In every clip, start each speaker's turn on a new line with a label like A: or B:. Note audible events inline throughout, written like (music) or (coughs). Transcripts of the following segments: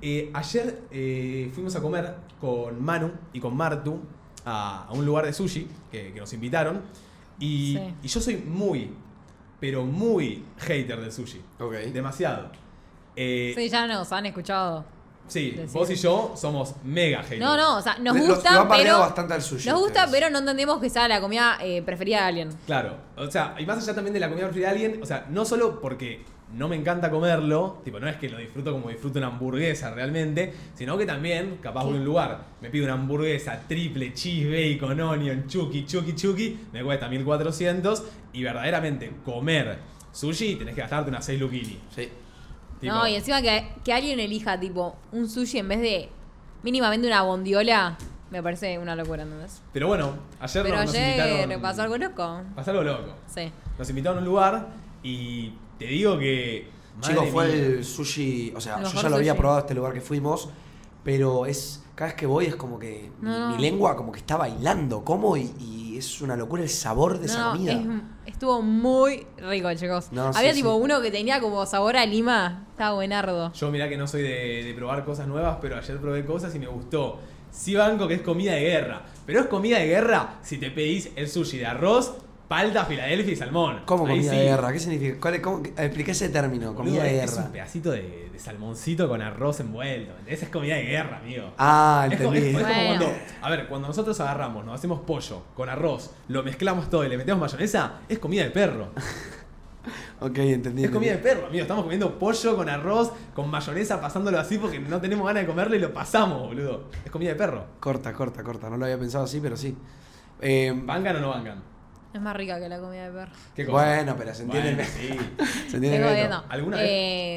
A: Eh, ayer eh, fuimos a comer con Manu y con Martu a, a un lugar de sushi que, que nos invitaron. Y,
B: Sí.
A: y yo soy muy, pero muy hater del sushi.
C: Ok.
A: Demasiado. Eh,
B: Sí, ya nos han escuchado.
A: sí,
B: decís.
A: vos y yo somos mega haters.
B: No, no, o sea, nos
C: Le- lo-
B: gusta,
C: lo han bardeado
B: pero.
C: bastante al sushi
B: nos gusta,
C: ustedes.
B: pero no entendemos que sea la comida eh, preferida de alguien.
A: Claro, o sea, y más allá también de la comida preferida de alguien, o sea, no solo porque no me encanta comerlo, tipo, no es que lo disfruto como disfruto una hamburguesa realmente, sino que también, capaz voy a un lugar, me pido una hamburguesa triple cheese bacon, onion, chucky, chucky, chucky, me cuesta 1400 y verdaderamente comer sushi tenés que gastarte unas 6 luquini.
C: Sí.
A: Tipo,
B: No, y encima que, que alguien elija, tipo, un sushi en vez de mínimamente una bondiola, me parece una locura, ¿entendés?
A: Pero bueno, ayer
B: Pero
A: nos, nos
B: ayer
A: invitaron...
B: pasó algo loco.
A: Pasó algo loco.
B: Sí.
A: Nos invitaron a un lugar y te digo que... madre
C: Chicos, fue
A: mía.
C: el sushi. O sea,
B: El
C: yo
B: mejor
C: ya lo había
B: sushi.
C: probado este lugar que fuimos. Pero es. Cada vez que voy es como que. mi-
B: No,
C: Mi,
B: no.
C: lengua como que está bailando. Como y, y es una locura el sabor de esa
B: No,
C: comida.
B: es- estuvo muy rico, chicos.
C: No,
B: Había
C: sí,
B: tipo
C: sí.
B: uno que tenía como sabor a lima. Estaba buenardo.
A: Yo mirá que no soy de, de probar cosas nuevas, pero ayer probé cosas y me gustó. Sí banco que es comida de guerra, pero es comida de guerra si te pedís el sushi de arroz, palta, filadelfia y salmón.
C: ¿Cómo
A: Ahí
C: comida
A: sí.
C: de guerra? ¿Qué significa? ¿Cuál es- cómo- explica ese término,
A: Boludo,
C: comida de
A: es- Es
C: guerra.
A: un pedacito de, de salmoncito con arroz envuelto. ¿entendés? Esa es comida de guerra, amigo.
C: Ah,
A: Es
C: (laughs)
A: como, es-
C: entendí.
A: es como
B: Bueno.
A: cuando, a ver, cuando nosotros agarramos, nos hacemos pollo con arroz, lo mezclamos todo y le metemos mayonesa, es comida de perro.
C: Ok, entendí.
A: Es comida de
C: entendí.
A: perro, amigo. Estamos comiendo pollo con arroz, con mayonesa, pasándolo así porque no tenemos ganas de comerlo y lo pasamos, boludo. Es comida de perro.
C: Corta, corta, corta. No lo había pensado así, pero sí. Eh,
A: ¿Bancan o no bancan?
B: Es más rica que la comida de perro.
A: ¿Qué cosa?
C: bueno, pero se entiende.
A: Bueno, sí.
C: (laughs) Se entiende
B: Tengo
C: el
B: bien,
C: gato.
A: ¿Alguna
B: Eh.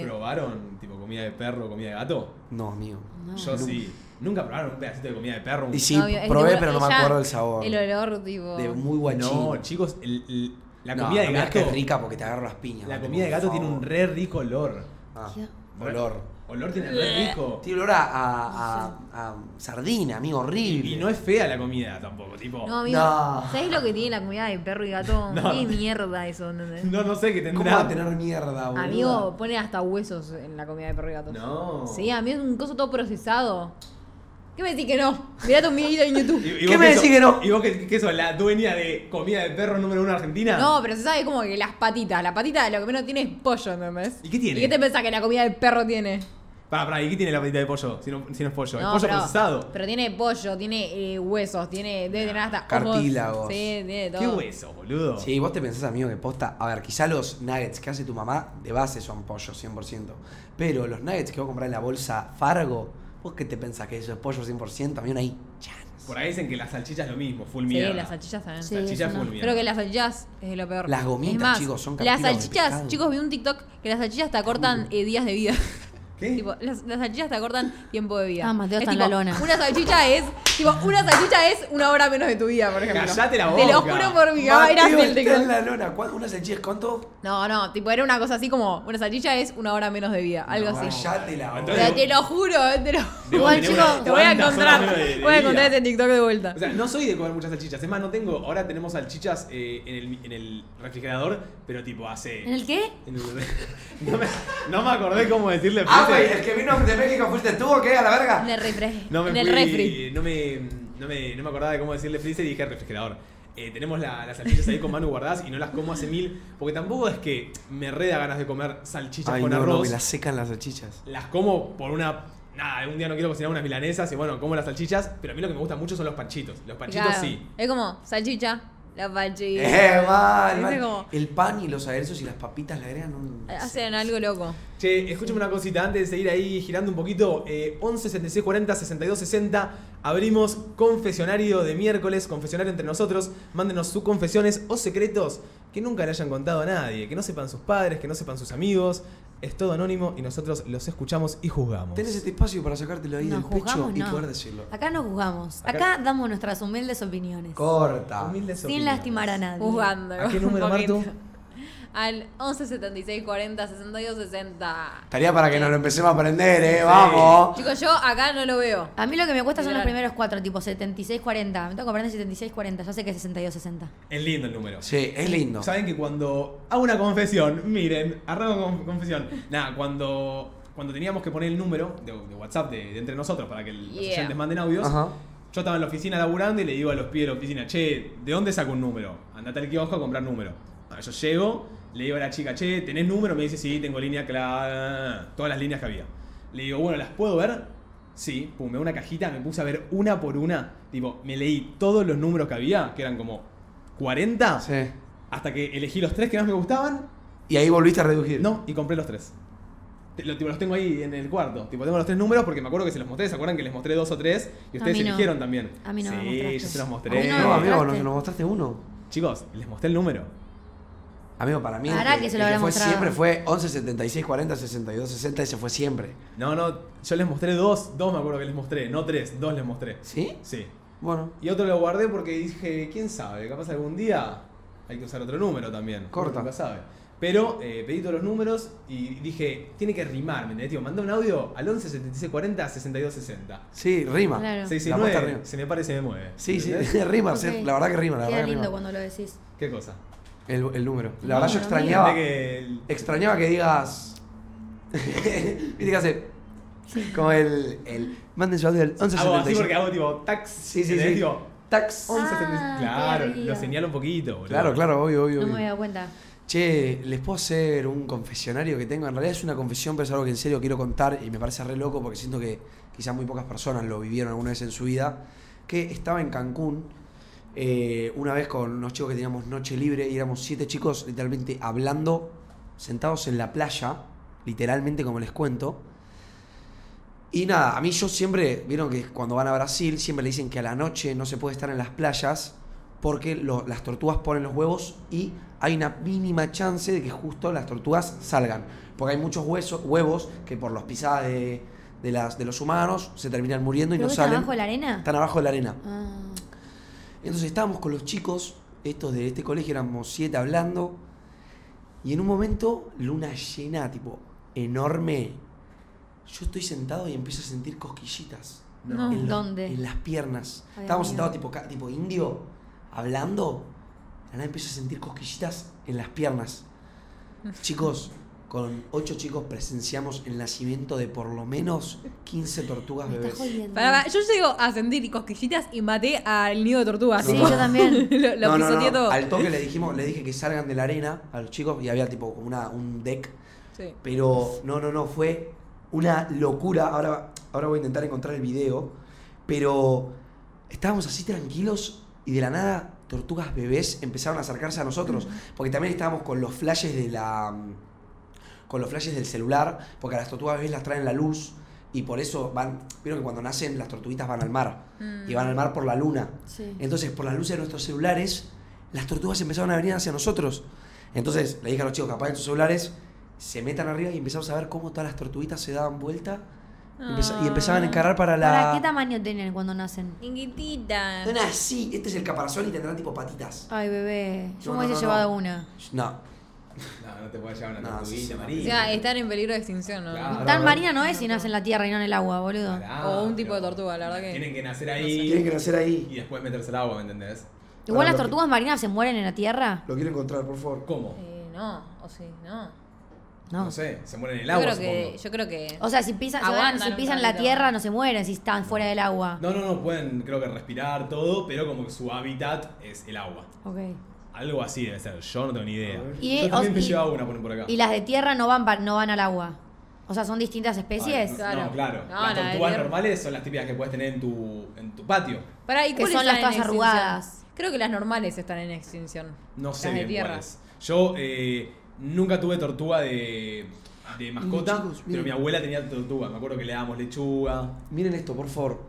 A: vez probaron tipo comida de perro, comida de gato?
C: No, amigo.
A: Yo sí. Nunca probaron un pedacito de comida de perro. un-
C: Y sí,
B: No, obvio, es
C: probé,
B: tipo-
C: pero no me
B: ya
C: acuerdo el sabor.
B: El olor, tipo.
C: De muy guachín.
A: No, chicos, el- el- la
C: No,
A: comida de
C: no me digas
A: gato.
C: que es rica porque te agarro las piñas.
A: La
C: Mati,
A: comida de
C: por
A: gato tiene un
C: favor.
A: re rico olor.
C: Ah,
D: ¿Qué?
C: olor.
A: Olor tiene re rico.
C: Tiene olor a, a- a- a sardina, amigo, horrible.
A: Y no es fea la comida tampoco, tipo.
B: No, amigo.
C: No.
B: ¿Sabés lo que tiene la comida de perro y gato?
A: Oh. (laughs) No.
B: Qué mierda eso, ¿entendés?
A: No, no sé qué
C: ¿Cómo va
A: tendrá.
C: a tener mierda, boludo?
B: Amigo, pone hasta huesos en la comida de perro y gato.
A: Ah, No.
B: Sí, a mí es un coso todo procesado. ¿Qué me decís que no? Mirate un videito en
A: (laughs) ¿Y- y
B: YouTube.
A: vos
C: ¿Qué me
A: sos-
C: decís que no?
A: ¿Y vos que, que sos la dueña de comida de perro número uno de Argentina?
B: No, pero se sabe como que las patitas. La patita lo que menos tiene es pollo, ¿entendés?
A: ¿Y qué tiene?
B: ¿Y qué te pensás que la comida de perro tiene?
A: Pará, pará, ¿y qué tiene la patita de pollo? Si no, si no es pollo.
B: No,
A: es pollo
B: pero,
A: procesado.
B: Pero tiene pollo, tiene eh, huesos, tiene. Debe tener hasta. ojos.
C: Cartílagos.
B: Sí, tiene todo.
A: ¿Qué hueso, boludo?
C: Sí, vos te pensás, amigo, que posta. A ver, quizá los nuggets que hace tu mamá de base son pollo, 100%. Pero los nuggets que vos comprás en la bolsa Fargo, ¿vos qué te pensás que eso es pollo 100%? A mí no hay chance.
A: Por ahí dicen que las salchichas lo mismo, full
B: Sí,
A: mierda.
B: las salchichas también.
D: Sí.
A: Salchichas
D: es una-
A: full mierda.
B: Creo que las salchichas es lo peor.
C: Las gomitas,
B: Es más,
C: chicos, son
B: Las
C: cartílagos de
B: salchichas,
C: pescado.
B: chicos, vi un TikTok que las salchichas te acortan eh, días de vida.
A: ¿Qué?
B: Tipo, las, las salchichas te acortan tiempo de vida.
D: Ah, Mateo
B: Es
D: está en
B: tipo,
D: la lona.
B: Una salchicha es. Tipo, una salchicha es una hora menos de tu vida, por ejemplo.
A: Cállate la
B: Te lo
A: boca.
B: juro por mi vida. Era
C: Mateo
B: el
C: está en
B: TikTok.
C: la lona. ¿Cuál- ¿Una salchicha es cuánto?
B: No, no, tipo, era una cosa así como: una salchicha es una hora menos de vida. Algo
C: No,
B: así.
C: Callate la boca.
A: Entonces-
B: Pero te lo juro, eh, te lo.
A: Debo
D: Igual,
A: tener
D: chicos,
A: unas
B: Te voy a
A: cuantas horas
B: encontrar.
A: de- de
B: Voy a encontrar
A: vida.
B: ese TikTok de vuelta.
A: O sea, no soy de comer muchas salchichas. Es más, no tengo. Ahora tenemos salchichas eh, en, el, en el refrigerador, pero tipo hace.
D: ¿En el qué?
A: en el- (laughs) no, me, no me acordé cómo decirle.
C: Ah, güey,
A: fuiste-
C: el que vino de México fuiste tú o qué, a la
B: En
C: verga.
B: el refri.
A: No me
B: en el
A: fui-
B: refri.
A: No me, no, me, no me acordaba de cómo decirle freezer y dije refrigerador. Eh, tenemos la- las salchichas ahí con Manu guardadas y no las como hace mil. Porque tampoco es que me reda ganas de comer salchichas
C: Ay,
A: con
C: no, no,
A: arroz.
C: me las secan las salchichas.
A: Las como por una. Nada, un día no quiero cocinar unas milanesas y bueno, como las salchichas. Pero a mí lo que me gusta mucho son los panchitos. Los panchitos
B: Claro.
A: sí.
B: Es como salchicha, la salchicha.
C: (laughs) Eh, mal,
B: Viste
C: mal.
B: como,
C: El pan y los aderezos y las papitas le agregan un...
D: Eh,
B: hacen algo loco.
A: Che, escúchame una cosita antes de seguir ahí girando un poquito. Eh, 11 76 40 62 60. Abrimos confesionario de miércoles, confesionario entre nosotros. Mándenos sus confesiones o secretos que nunca le hayan contado a nadie, que no sepan sus padres, que no sepan sus amigos. Es todo anónimo y nosotros los escuchamos y juzgamos.
C: Tenés este espacio para sacártelo ahí
D: No,
C: del pecho
D: juzgamos,
C: y
D: no.
C: poder decirlo.
D: Acá no jugamos.
A: Acá-
D: Acá, damos nuestras humildes opiniones.
C: Corta.
A: Humildes
D: sin
A: opiniones.
D: lastimar a nadie.
B: Juzgando.
A: ¿A qué
B: (laughs)
A: número,
B: un poquito.
A: Martu?
B: Al 11 76 40 62 60.
C: Estaría para que nos lo empecemos a aprender, eh, vamos.
B: Chicos, yo acá no lo veo.
D: A mí lo que me cuesta son los
B: Literal.
D: primeros cuatro, tipo 76-40. Me tengo que aprender 76-40. Ya sé que es 62-60.
A: Es lindo el número.
C: Sí, es lindo.
A: Saben que cuando hago una confesión, miren, arranco con confesión. Nada, cuando cuando teníamos que poner el número de, de WhatsApp de, de entre nosotros para que el- los
B: Yeah.
A: oyentes manden audios,
C: Ajá.
A: yo estaba en la oficina laburando y le digo a los pibes de la oficina, che, ¿de dónde saco un número? Andate al kiosco a comprar número. Bueno, yo llego, le digo a la chica, che, ¿tenés número? Me dice, sí, tengo línea clara, todas las líneas que había. Le digo, bueno, ¿las puedo ver? Sí, pum, me da una cajita, me puse a ver una por una. Tipo, me leí todos los números que había, que eran como 40,
C: Sí.
A: hasta que elegí los tres que más me gustaban eh,
C: Y ahí volviste a reducir.
A: no, y compré los tres. Te- lo- tipo, los tengo ahí en el cuarto. Tipo, tengo los tres números porque me acuerdo que se los mostré. ¿Se acuerdan que les mostré dos o tres? Y ustedes
D: mí no.
A: eligieron también.
D: A mí no me
A: Sí,
D: mostraste.
A: yo se los
D: A
C: No,
D: mí no
A: mostré.
D: me
C: amigo,
D: mostraste.
C: nos, nos mostraste uno.
A: Chicos, les mostré el número.
C: Amigo, para mí.
D: Pará
C: el
D: que se lo
C: el
D: habrá
C: fue
D: mostrado.
C: siempre fue 11, 76, 40, 62, 60. Ese fue siempre.
A: No, no, yo les mostré dos. Dos me acuerdo que les mostré. No tres, dos les mostré.
C: ¿Sí?
A: Sí.
C: Bueno,
A: Y otro lo guardé porque dije, quién sabe, capaz algún día hay que usar otro número también. Uno
C: Corta.
A: Nunca sabe. Pero eh, pedí todos los números y dije, tiene que rimar, ¿me entendés? Tipo, mandé un audio al 11 76 40 62 60.
C: sí, rima.
D: Claro.
A: Sí, sí,
C: La
A: nueve,
C: apuesta arriba.
A: se me parece me mueve.
C: Sí, sí, (laughs)
A: ¿Entendés?
C: rima.
D: Ok.
C: sí, La verdad que rima, la
D: Queda
C: verdad que
D: lindo
C: rima.
D: cuando lo decís.
A: ¿Qué cosa?
C: El, el número. La
D: No,
C: verdad, yo
D: amigo.
C: extrañaba.
A: Entendé que el-
C: Eh, Extrañaba que digas. (laughs) Viste que hace. Como el. el manden su audio del
D: Ah,
C: 11,
A: hago así
C: 76.
A: porque hago tipo tax.
C: Sí, sí,
A: ¿entendés?
C: sí.
A: Tipo,
C: Tax.
A: 11,
D: Ah,
A: 76.
D: qué
A: Claro, lo
D: arriba.
A: señalo un poquito, boludo.
C: Claro, claro, obvio, obvio.
D: No
C: obvio.
D: me había dado cuenta.
C: Che, les puedo hacer un confesionario que tengo. En realidad es una confesión, pero es algo que en serio quiero contar y me parece re loco porque siento que quizás muy pocas personas lo vivieron alguna vez en su vida. Que estaba en Cancún eh, una vez con unos chicos que teníamos noche libre y éramos siete chicos literalmente hablando, sentados en la playa, literalmente como les cuento. Y nada, a mí yo siempre, vieron que cuando van a Brasil, siempre le dicen que a la noche no se puede estar en las playas porque lo- las tortugas ponen los huevos y hay una mínima chance de que justo las tortugas salgan. Porque hay muchos huesos, huevos que por las pisadas de, de las, de los humanos se terminan muriendo y
D: ¿Pero
C: no
D: vos
C: salen.
D: abajo de la arena?
C: Están abajo de la arena.
D: Ah,
C: Entonces estábamos con los chicos, estos de este colegio, éramos siete hablando. Y en un momento, luna llena, tipo, enorme. Yo estoy sentado y empiezo a sentir cosquillitas.
D: No.
C: En los-
D: ¿Dónde?
C: En las piernas.
D: Ay,
C: estábamos
D: amigo.
C: sentados tipo, ca- tipo indio, hablando. De la nada empiezo a sentir cosquillitas en las
D: (laughs)
C: piernas. Chicos, con ocho chicos presenciamos el nacimiento de por lo menos 15 tortugas
D: me
C: bebés.
D: estás jodiendo.
B: Pará, pará, yo llego a sentir cosquillitas y maté al nido de tortuga.
D: Sí,
B: tipo.
D: yo también.
B: (laughs) lo lo
C: No, no, no.
B: pisoteé todo. ¿Eh?
C: Al toque le dijimos, le dije que salgan de la arena a los chicos y había tipo una, un deck.
B: Sí.
C: Pero no, no, no, fue una locura. Ahora, ahora voy a intentar encontrar el video. Pero estábamos así tranquilos y de la nada tortugas bebés empezaron a acercarse a nosotros.
B: Mm.
C: Porque también estábamos con los flashes de la. mm, con los flashes del celular. Porque a las tortugas bebés las traen la luz. Y por eso van. Vieron que cuando nacen las tortuguitas van al mar. Y van al mar por la luna.
D: Sí.
C: Entonces, por la luz de nuestros celulares, las tortugas empezaron a venir hacia nosotros. Entonces, le dije a los chicos que apaguen sus celulares, se metan arriba y empezamos a ver cómo todas las tortuguitas se daban vuelta empeza- y empezaban a encarar para la...
D: ¿Para qué tamaño tienen cuando nacen?
B: Chiquitita.
C: Son así, este es el caparazón y tendrán tipo patitas.
D: Ay, bebé. Yo
C: No,
D: me
C: no,
D: hubiese
C: no,
D: llevado
C: no.
D: una.
C: No,
A: No, no te puede llevar una
C: No,
A: tortuguita,
C: sí, sí,
B: O
A: María.
B: sea, están en peligro de extinción, ¿no?
C: Ah,
A: Claro.
D: Tan marina no es si nace en la tierra y no en el agua, boludo.
A: Pará,
B: O un tipo de
A: pero
B: tortuga, la verdad que-
A: Tienen que nacer
C: tienen
A: ahí
C: que nacer
A: y
C: ahí.
A: después meterse al agua, ¿me entendés?
D: Igual las
C: Pará, lo que-
D: tortugas marinas se mueren en la tierra.
C: Lo quiero encontrar, por favor.
A: ¿Cómo?
B: Eh, no, o sí, no.
A: No,
D: No.
A: sé, se mueren en el
B: Yo
A: agua,
B: creo, que,
A: supongo.
B: yo creo que.
D: O sea, si pisan, se van-
B: Aguantan
D: si
B: un
D: pisan la
B: ratito.
D: tierra no se mueren si están fuera del agua.
A: No, no, no, pueden creo que respirar todo, pero como que su hábitat es el agua.
D: Ok.
A: Algo así debe ser, yo no tengo ni idea.
C: A ver.
D: Y-
A: yo también
D: os-
A: me
D: y-
A: llevaba una, ponen por acá.
D: Y las de tierra no van, pa- no van al agua. O sea, son distintas especies.
A: Ay, No, no,
B: Claro.
A: claro.
B: No,
A: las
B: la de
A: tortugas
B: tierra.
A: normales son las típicas que puedes tener en tu, en tu patio.
B: Pará, ¿y
D: que
B: cuáles
D: son las
B: están en
D: todas
B: extinción?
D: arrugadas.
B: Creo que las normales están en extinción.
A: No sé
B: las de
A: bien
B: tierra.
A: cuáles. Yo eh, nunca tuve tortuga de, de mascota,
C: chicos,
A: pero
C: miren.
A: mi abuela tenía tortuga. Me acuerdo que le dábamos lechuga.
C: Miren esto, por favor.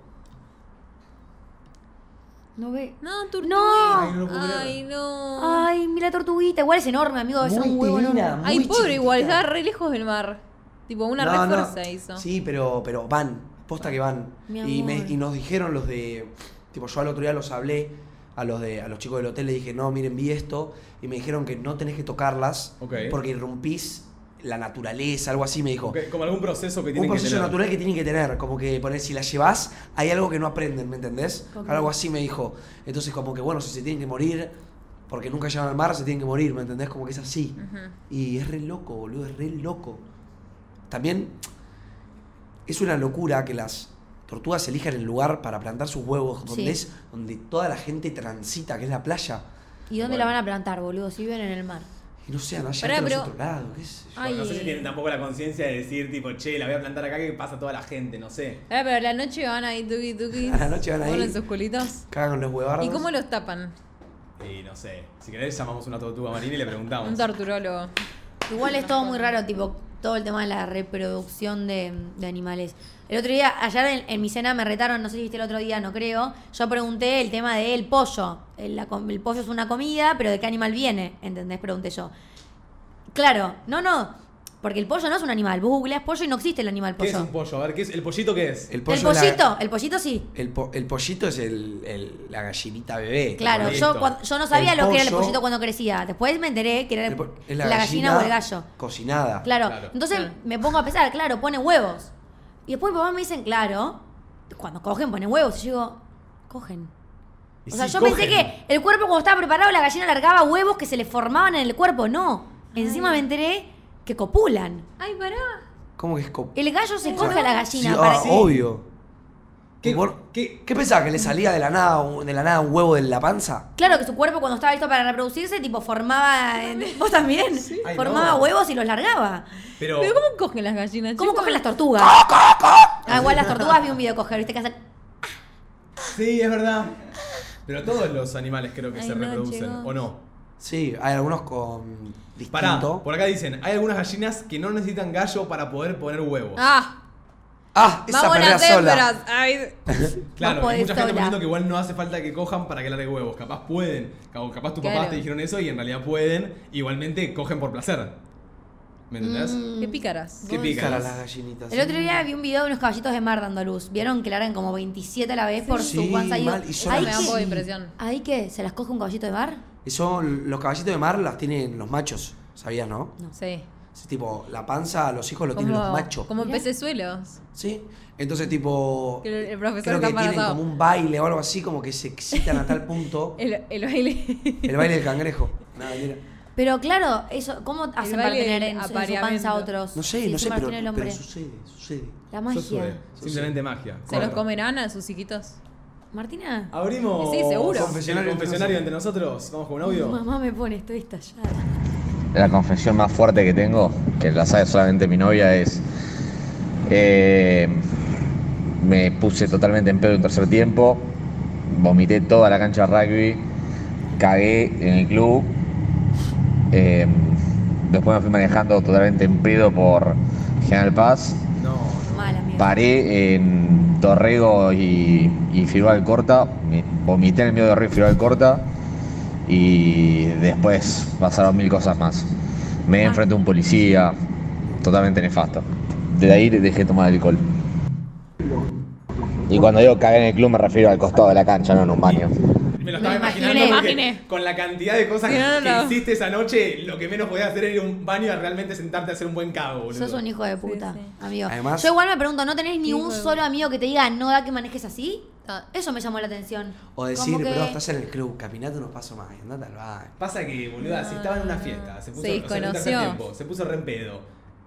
D: No ve.
B: No,
D: No.
B: tortuga.
A: Ay, no lo puedo creer.
B: Ay, no.
D: Ay, mira la tortuguita. Igual es enorme, amigo. Es
C: Muy
D: un huevo
C: telera,
D: enorme.
C: muy
B: Ay, pobre, igual,
C: chiquitita.
B: estaba re lejos del mar. Tipo, una
C: No, no.
B: refuerza hizo.
C: Sí, pero, pero van, posta que van.
D: Mi
C: Y, me-
D: amor.
C: y nos dijeron los de. Tipo, yo al otro día los hablé a los, de, a los chicos del hotel, le dije, no, miren, vi esto. Y me dijeron que no tenés que tocarlas
A: Ok.
C: porque irrumpís la naturaleza, algo así, me dijo.
A: Ok, Como algún proceso que
C: Un
A: tienen que
C: proceso
A: tener.
C: natural que tienen que tener, como que poner, si las llevas, hay algo que no aprenden, ¿me entendés?
D: Ok.
C: Algo así me dijo. Entonces, como que bueno, si se tienen que morir, porque nunca llegan al mar, se tienen que morir, ¿me
A: Mm.
B: Eh,
C: entendés? Como que es así.
B: Ujú.
C: Y es re loco, boludo, es re loco. También es una locura que las tortugas elijan el lugar para plantar sus huevos, donde
D: Sí.
C: es donde toda la gente transita, que es la playa.
D: ¿Y dónde
A: Bueno.
D: la van a plantar, boludo? Si viven en el mar.
C: Y no sean allá
B: Pará,
C: en
B: pero-
C: otro lado, qué sé yo.
D: Ay,
A: no sé si
D: eh.
A: tienen tampoco la conciencia de decir, tipo, che, la voy a plantar acá que pasa toda la gente, no sé.
B: Ahora, pero a la noche van ahí tuki tuki.
C: A la noche van ahí.
B: Ponen sus culitos.
C: Cagan los huevardos.
B: ¿Y cómo los tapan?
A: Y no sé. Si querés, llamamos una tortuga marina y le preguntamos.
B: Un torturólogo.
D: Igual es todo muy raro, tipo, todo el tema de la reproducción de, de animales. El otro día, ayer en, en mi cena me retaron, no sé si viste el otro día, no creo. Yo pregunté el tema del pollo. El, la com- el pollo es una comida, pero ¿de qué animal viene? ¿Entendés? Pregunté yo. Claro, no, no, porque el pollo no es un animal. Vos googleás pollo y no existe el animal
A: ¿Qué es
D: pollo.
A: un pollo? A ver, ¿qué es? ¿el pollito qué es?
C: El,
D: el
C: pollo es la-
D: pollito, el pollito sí.
C: el, po- el pollito es el, el- la gallinita bebé.
D: Claro,
A: Correcto.
D: yo, cuando- yo no sabía
C: Eh, El
D: lo que era el
C: pollo-
D: pollito cuando crecía. Después me enteré que era el-
C: El po- es
D: la, gallina, o el gallo.
C: Cocinada.
D: Claro.
A: Claro.
D: Entonces
B: Claro.
D: me pongo a pensar, claro, pone huevos. Y después papá me dicen, claro, cuando cogen pone huevos. Y yo digo, cogen.
A: Y
D: O sea,
A: sí,
D: yo pensé
A: cogen.
D: que el cuerpo cuando estaba preparado la gallina largaba huevos que se le formaban en el cuerpo. No. Encima me enteré que copulan.
B: Ay, pará.
C: ¿Cómo que es co-
D: El gallo se
B: Sí,
D: coge a la
C: Sí,
D: gallina
C: ah,
D: para que...
C: Obvio.
A: ¿Qué-
C: Por-
A: qué-
C: ¿Qué pensabas? ¿Que le salía de la nada un, de la nada un huevo de la panza?
D: Claro que su cuerpo cuando estaba listo para reproducirse, tipo formaba... en- ¿Vos también?
A: Ay,
D: Formaba
A: no.
D: huevos y los largaba.
A: Pero,
B: ¿Pero cómo cogen las gallinas?
D: ¿Cómo
B: chicos?
D: cogen las tortugas? Ah, igual las tortugas vi un video coger, viste que hacen...
A: sí, es verdad. Pero todos los animales creo que
D: Ay,
A: se
D: no,
A: reproducen,
D: chicos.
A: ¿o no?
C: Sí, hay algunos con distinto.
A: Pará, por acá dicen, hay algunas gallinas que no necesitan gallo para poder poner huevos.
B: Ah,
C: Ah, esa
B: vamos
C: perrea
B: las
C: sola.
B: hembras. Ay.
A: claro,
D: no podés
A: hay mucha gente
D: sola.
A: poniendo que igual no hace falta que cojan para que largue huevos. Capaz pueden. Cap- Capaz tu papá
B: Claro.
A: te dijeron eso y en realidad pueden. Igualmente cogen por placer. ¿Me entendés?
D: Mm,
B: Qué pícaras.
A: Qué
C: Cara,
A: pícaras.
C: las gallinitas.
D: El otro día vi un video de unos caballitos de mar dando a luz. Vieron que largan como 27 a la vez por
C: Sí,
D: su panza. digo,
C: mal, y
B: Eso
C: son
D: ¿Ahí
B: me da un poco de
D: qué?
B: impresión.
D: ¿Ahí qué? ¿Se las coge un caballito de mar?
C: Eso, los caballitos de mar las tienen los machos, ¿sabías, no?
B: Sí.
C: Es tipo, la panza, los hijos lo tienen los machos.
B: como
D: Mirá.
B: pecesuelos.
C: ¿Sí? Entonces, tipo.
B: Que el- el profesor
C: creo
B: está
C: que tienen
B: embarazado.
C: como un baile o algo así, como que se excitan a tal
D: (laughs)
C: punto.
B: El, el baile. (laughs)
C: El baile del cangrejo. Nada, mira.
D: Pero claro, eso, ¿cómo hacen para
B: baile
D: tener
B: del
D: en, su- en su
B: apareamiento.
D: panza a otros?
C: No sé,
D: Sí,
C: no
D: sí,
C: sé,
D: para
C: pero,
D: tener el
C: pero
D: hombre.
C: sucede, sucede.
D: La
A: Eso sucede.
D: magia.
A: Simplemente magia.
B: ¿Se los
C: Corta.
B: comerán a sus chiquitos?
D: Martina,
C: Ah,
A: Abrimos
B: Sí, seguro.
A: el
C: Confesionario entre
A: confesionario, entre nosotros. Vamos con un audio.
D: mamá me pone, estoy estallada.
E: La confesión más fuerte que tengo, que la sabe solamente mi novia, es. eh, me puse totalmente en pedo en tercer tiempo, vomité toda la cancha de rugby, cagué en el club. eh, después me fui manejando totalmente en pedo por General Paz.
A: No.
D: Mala, amiga.
E: Paré en Torrego y, y Firval Corta, me vomité en el medio de Torrego y Firval Corta y después pasaron mil cosas más. Me
D: Ah.
E: enfrenté a un policía totalmente nefasto. Desde ahí dejé tomar alcohol. Y cuando digo cagué en el club me refiero al costado de la cancha, no en un baño.
A: Me lo estaba
D: Me imaginé,
A: imaginando porque
B: me imaginé.
A: con la cantidad de cosas
B: Sí, no, no,
A: que
B: no.
A: hiciste esa noche, lo que menos podías hacer era ir a un baño a realmente sentarte a hacer un buen cago, boludo.
D: Sos un hijo de puta,
B: sí.
D: amigo.
C: Además-
D: Yo igual me pregunto, ¿no tenés ni
B: Hijo
D: un
B: de- Ah.
D: solo amigo que te diga no da que manejes así?
B: No.
D: Eso me llamó la atención.
C: O decir,
D: Como que-
C: pero estás en el club, caminate unos pasos más, y andate al baño.
A: Pasa que, boluda, si estaba en una fiesta, se puso,
B: Se
A: o sea, en un tercer
B: desconoció.
A: tiempo, se puso re en pedo,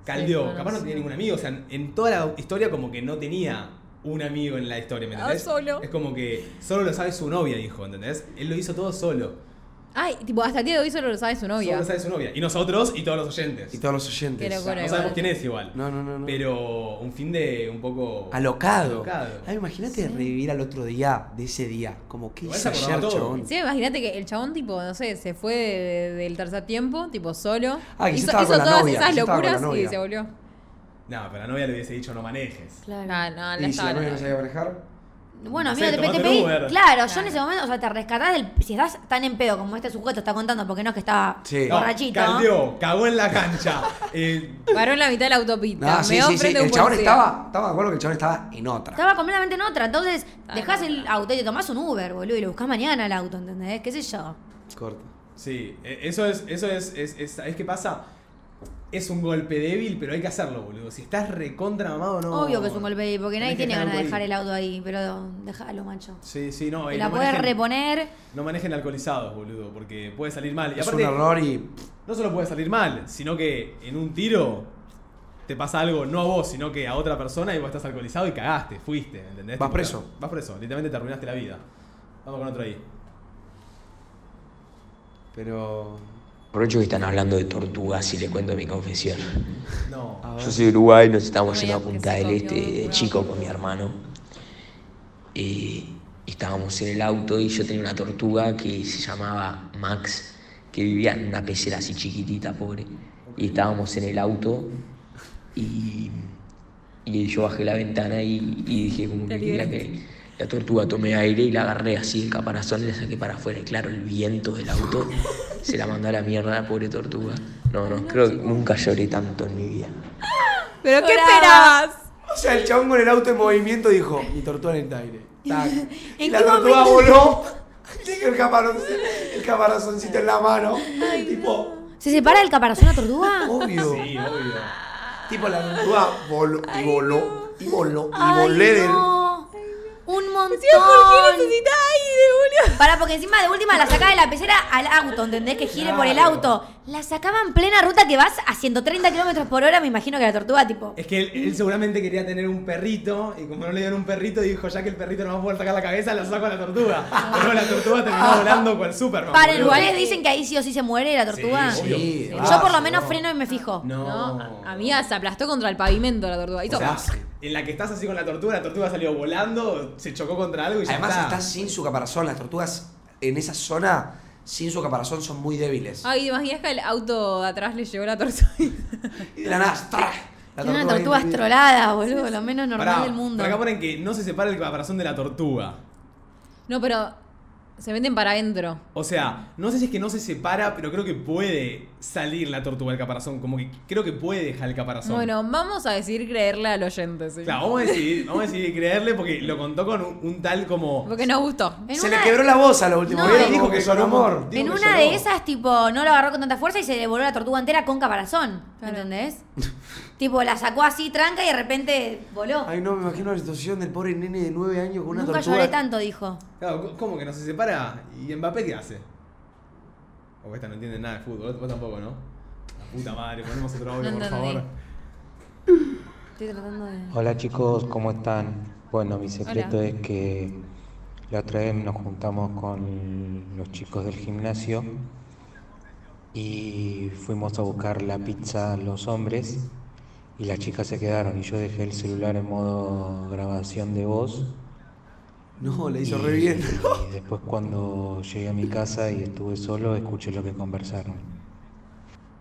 A: caldeó, capaz no
B: desconoció.
A: tenía ningún amigo, o sea, en toda la historia como que no tenía un amigo en la historia, ¿me
B: Ah,
A: entendés?
B: solo.
A: Es como que solo lo sabe su novia, dijo, ¿entendés? Él lo hizo todo solo.
B: Ay, tipo, hasta el día de hoy solo lo sabe su
A: Solo
B: novia.
A: lo sabe su novia. Y nosotros y todos los oyentes.
C: Y todos los
B: Qué
C: oyentes.
A: O sea,
B: Bueno,
A: no sabemos
B: igual.
A: quién es igual.
C: No, no, no, no.
A: Pero un fin de un poco...
C: Alocado.
A: Alocado.
C: Ay, imagínate revivir al otro día de ese día. Como que
A: Igual
C: hice
A: se acordaba
C: ayer,
A: todo.
C: chabón.
B: Sí, imagínate que el chabón, tipo, no sé, se fue de- de- del tercer tiempo, tipo, solo.
C: Ah, quizá
B: hizo
C: estaba
B: hizo
C: con la
B: todas
C: novia,
B: esas
C: quizá estaba con la
B: locuras y
C: novia.
B: se volvió.
A: No, pero a la novia le hubiese dicho no manejes.
D: Claro.
B: Ah, no,
C: Y
B: la
C: si la
B: estaba. la
C: novia no
B: novia.
C: sabía manejar.
D: Bueno,
A: No
D: amigo,
A: sé,
D: te, pe- te
A: tomate un
D: pedí.
A: Uber.
D: Claro, yo en
B: Claro.
D: ese momento, o sea, te rescatás del. Si estás tan en pedo como este sujeto está contando, porque no es que estaba
C: Sí.
A: No,
D: borrachito.
A: caldeó, cagó en la cancha. (laughs) eh,
B: Paró en la mitad de la autopista.
C: No, Ah, sí,
B: meó
C: sí, sí.
B: frente a un
C: El chabón
B: policía.
C: estaba, estaba de acuerdo que el chabón estaba en otra.
D: Estaba completamente en otra. Entonces,
B: Ah,
D: dejás
B: no,
D: el auto y te tomás un Uber, boludo, y lo buscás mañana el auto, ¿entendés? ¿Qué sé yo?
C: Corta.
A: Sí, e- eso es, eso es, es, es- ¿sabés qué pasa? Es un golpe débil, pero hay que hacerlo, boludo. Si estás recontra mamado, no.
D: Obvio que es un golpe débil, porque
A: Tenés
D: nadie
A: que
D: tiene ganas de dejar
A: ahí.
D: el auto ahí, pero dejalo, macho.
A: Sí, sí, no.
D: Te
A: eh,
D: la
A: no,
D: podés
A: manejen,
D: reponer.
A: no manejen alcoholizados, boludo, porque puede salir mal. Y
C: Es
A: aparte,
C: un error y.
A: no solo puede salir mal, sino que en un tiro te pasa algo, no a vos, sino que a otra persona y vos estás alcoholizado y cagaste, fuiste, ¿entendés?
C: Vas
A: Tipo,
C: preso.
A: Vas preso, literalmente te arruinaste la vida. Vamos con otro ahí.
C: Pero.
F: Aprovecho que están hablando de tortugas y le cuento mi confesión.
A: No.
C: A ver.
F: Yo soy de Uruguay, nos estamos
B: Uruguay,
F: yendo a
B: porque
F: Punta
B: se
F: del
B: cogió
F: Este
B: un
F: de
B: bravo.
F: chico con mi hermano. Eh, y estábamos en el auto y yo tenía una tortuga que se llamaba Max, que vivía en una pecera así chiquitita, pobre. Y estábamos en el auto y, y yo bajé la ventana y, y dije como que
B: Te
F: quería que la tortuga tomé aire y la agarré así el caparazón y la saqué para afuera. Y claro, el viento del auto se la mandó a la mierda, pobre tortuga. No, no, creo que nunca lloré tanto en mi vida.
B: ¿Pero qué
D: Lloraba.
B: esperabas?
C: O sea, el chabón con el auto en movimiento dijo: Mi tortuga en el aire. Tac. Y
D: ¿En
C: la
D: qué
C: tortuga
D: momento?
C: voló. (laughs) Tiene el, caparazón, el caparazoncito en la mano. tipo,
D: ¿Se separa el caparazón la tortuga?
A: (laughs)
C: obvio.
A: Sí, obvio.
C: Tipo, la tortuga voló y voló y voló y
D: Ay,
C: volé del.
D: no. Un montón.
B: ¿Por qué necesitas aire, boludo?
D: Para, porque encima de última la sacaba de la pecera al auto, ¿entendés? Que gire por el
C: Claro.
D: auto. La sacaba en plena ruta que vas a 130 kilómetros por hora, me imagino que la tortuga, tipo.
A: Es que él, él seguramente quería tener un perrito y como no le dieron un perrito dijo ya que el perrito no va a poder sacar la cabeza, la saco a la tortuga. Pero la tortuga
B: Ah.
A: terminó volando con el Superman.
D: Para, en
A: boludo.
D: lugares dicen que ahí sí o sí se muere la tortuga.
A: Sí,
C: Sí,
D: Yo por lo
C: vas,
D: menos
C: no.
D: freno y me fijo.
A: No.
B: No, a- amiga, se aplastó contra el pavimento la tortuga. Hizo-
C: O sea,
A: En la que estás así con la tortuga, la tortuga salió volando, se chocó contra algo y ya
C: Además,
A: está.
C: está sin su caparazón. Las tortugas en esa zona, sin su caparazón, son muy débiles.
B: Ay, te imaginas que el auto de atrás le llevó la tortuga.
C: Y de la nada, ¡tra! La
D: Tiene una
C: ahí
D: tortuga ¿eh?
C: en el-
D: astrolada, boludo, lo menos normal
A: Pará,
D: del mundo.
A: por acá ponen que no se separa el caparazón de la tortuga.
B: No, pero se meten para adentro.
A: O sea, no sé si es que no se separa, pero creo que puede salir la tortuga del caparazón. Como que creo que puede dejar el caparazón.
B: Bueno, vamos a decidir creerle al oyente, sí.
A: Claro, vamos a decidir, vamos a decidir creerle porque lo contó con un, un tal como.
B: Porque nos gustó.
D: En
C: Se
D: una-
C: le quebró la voz a lo último.
D: No, eh.
C: Porque
D: en-
C: dijo que son amor.
A: Digo
D: En
A: que
D: una
A: lloró.
D: de esas, tipo, no lo agarró con tanta fuerza y se le voló la tortuga entera con caparazón.
B: Claro.
D: ¿Entendés? tipo, la sacó así, tranca y de repente voló.
C: Ay, no, me imagino la situación del pobre nene de 9 años con una
D: Nunca
C: tortuga.
D: lloré tanto, dijo.
A: Claro, c- ¿cómo que no se separa? ¿Y Mbappé qué hace? O esta no entiende nada de fútbol, vos tampoco, ¿no? La puta madre, ponemos otro audio,
B: No
A: por
B: entendí.
A: favor.
D: Estoy tratando de.
G: Hola chicos, ¿cómo están? Bueno, mi secreto
B: Hola.
G: es que la otra vez nos juntamos con los chicos del gimnasio y fuimos a buscar la pizza a los hombres y las chicas se quedaron y yo dejé el celular en modo grabación de voz.
C: No, le hizo
G: y-
C: re bien.
G: Y después cuando llegué a mi casa y estuve solo, escuché lo que conversaron.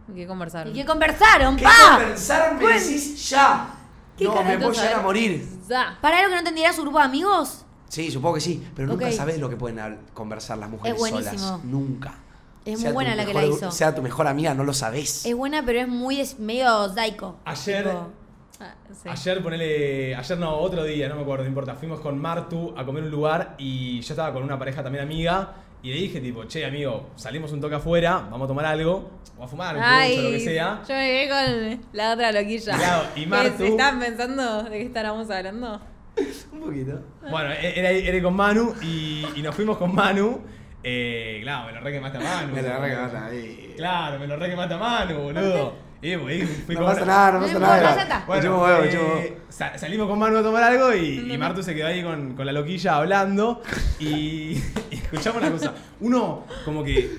B: Hay que conversar.
D: ¿Y qué conversaron,
C: ¿Qué
D: pa?
C: pensaron? Me decís ya.
D: ¡Ah! ¿Qué
C: No, me
D: carajo
C: voy a llegar a
B: saber?
C: morir.
B: ¿eh? Ya.
D: Para lo que no entendiera su grupo de amigos.
C: Sí, supongo que sí, pero nunca
D: Ok.
C: sabes lo que pueden habl- conversar las mujeres
D: Es buenísimo.
C: solas. Nunca.
D: Es muy
C: tu
D: buena la que la
C: mejor-
D: hizo.
C: Sea tu mejor amiga, no lo sabés.
D: Es buena, pero es muy es medio daico.
A: Ayer-
B: Ah, sí.
A: Ayer, ponele. Ayer no, otro día, no me acuerdo, no importa. Fuimos con Martu a comer a un lugar y yo estaba con una pareja también amiga. Y le dije, tipo, che, amigo, salimos un toque afuera, vamos a tomar algo, o a fumar, un pucho, lo que sea.
B: yo me quedé con la otra loquilla.
A: Claro, y
B: Que
A: Martu-
B: ¿Se estaban pensando de qué estábamos hablando?
C: Un poquito.
A: Bueno, e-, era, era con Manu y, y nos fuimos con Manu. Eh, claro, me lo re que mata Manu.
C: Me la regalaron ahí.
A: Claro, me lo re que mata Manu, boludo. Y, güey, fui
C: No
A: con
C: pasa
A: una-
C: nada, no
D: No
C: pasa
D: importa,
C: nada.
D: ya está.
C: Me
A: Bueno,
C: chupo huevo, me
A: eh,
C: chupo huevo.
A: sa- salimos con Manu a tomar algo y, y Martu se quedó ahí con, con la loquilla
C: (laughs)
A: hablando y, y escuchamos una cosa. Uno como que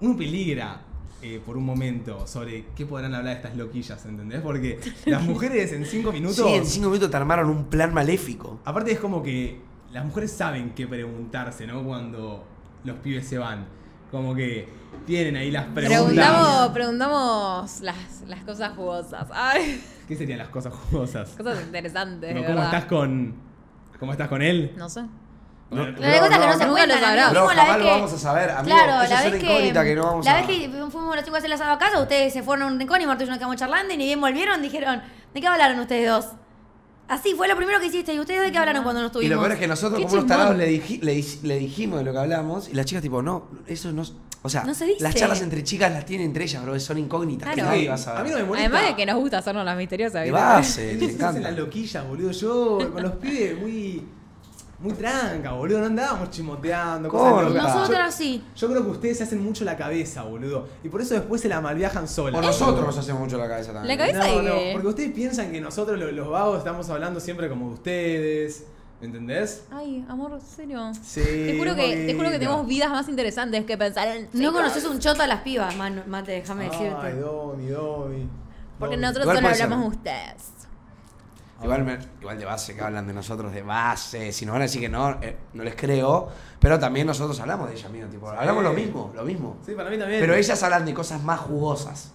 A: uno peligra eh, por un momento sobre qué podrán hablar estas loquillas, ¿entendés? Porque las mujeres en cinco minutos...
C: Sí, en cinco minutos te armaron un plan maléfico.
A: Aparte es como que las mujeres saben qué preguntarse, ¿no? Cuando los pibes se van. Como que tienen ahí las preguntas.
B: Preguntamos, preguntamos las, las cosas jugosas. Ay, (laughs)
A: ¿Qué serían las cosas jugosas?
B: cosas interesantes,
A: Tipo,
B: de
A: ¿Cómo
B: verdad.
A: estás con. ¿cómo estás con él?
B: No sé.
A: Bueno,
C: No,
D: La cosa es que no, se
B: nunca
D: cuentan,
B: lo sabrás.
D: amigo.
C: Pero
D: Fuimos la
C: jamás
D: vez
C: lo
D: que-
C: vamos a saber, amigo.
D: Claro,
C: Esa
D: la
C: es una
D: vez que,
C: incógnita que no vamos
D: la
C: a
D: vez que fuimos los chicos a hacer las a casa, ustedes se fueron a un rincón y Marta y yo nos quedamos charlando y ni bien volvieron, dijeron, ¿de qué hablaron ustedes dos? Así, fue lo primero que hiciste. ¿Y ustedes de qué hablaron cuando nos
C: Ah. Y
D: tuvimos?
C: lo peor es que nosotros,
B: Qué
C: como unos
B: chingón.
C: tarados, le, dij- le dij- le dijimos de lo que hablamos. Y las chicas, tipo, no, eso no. O sea,
D: No se dice.
C: las charlas entre chicas las tienen entre ellas, bro. Son incógnitas.
B: Claro.
C: Que nadie va a saber.
A: a mí no me molesta.
B: Además de que nos gusta hacernos las misteriosas.
C: De
A: (laughs)
B: ¿viste?
C: base,
A: Entonces
C: me
A: hacen
C: encanta.
A: las loquillas, boludo. Yo con los pibes muy. muy tranca, boludo. No andábamos chimoteando,
C: Corta.
A: cosas locas.
D: Nosotras sí.
A: Yo, yo creo que ustedes se hacen mucho la cabeza, boludo. Y por eso después se la malviajan sola.
C: O nosotros nos hacemos mucho la cabeza también.
B: La cabeza-
A: No,
B: de
A: no,
B: qué?
A: porque ustedes piensan que nosotros lo- los, vagos estamos hablando siempre como de ustedes. ¿Me entendés?
B: Ay, amor, serio.
A: Sí.
B: Te juro que, te juro que
A: mamita.
B: tenemos vidas más interesantes que pensar en.
D: No conoces un choto a las pibas, mano- mate, déjame
A: Ay,
D: decirte.
A: Domi, Domi.
B: Porque
A: Domi.
B: nosotros
C: Igual
B: solo
C: puede ser.
B: hablamos de ustedes.
C: Igual, me- igual de base, que hablan de nosotros de base. Si nos van a decir que no, eh, no les creo. Pero también nosotros hablamos de ellas, mismas, tipo,
A: Sí.
C: hablamos lo mismo, lo mismo.
A: Sí, para mí también.
C: Pero ellas hablan de cosas más jugosas.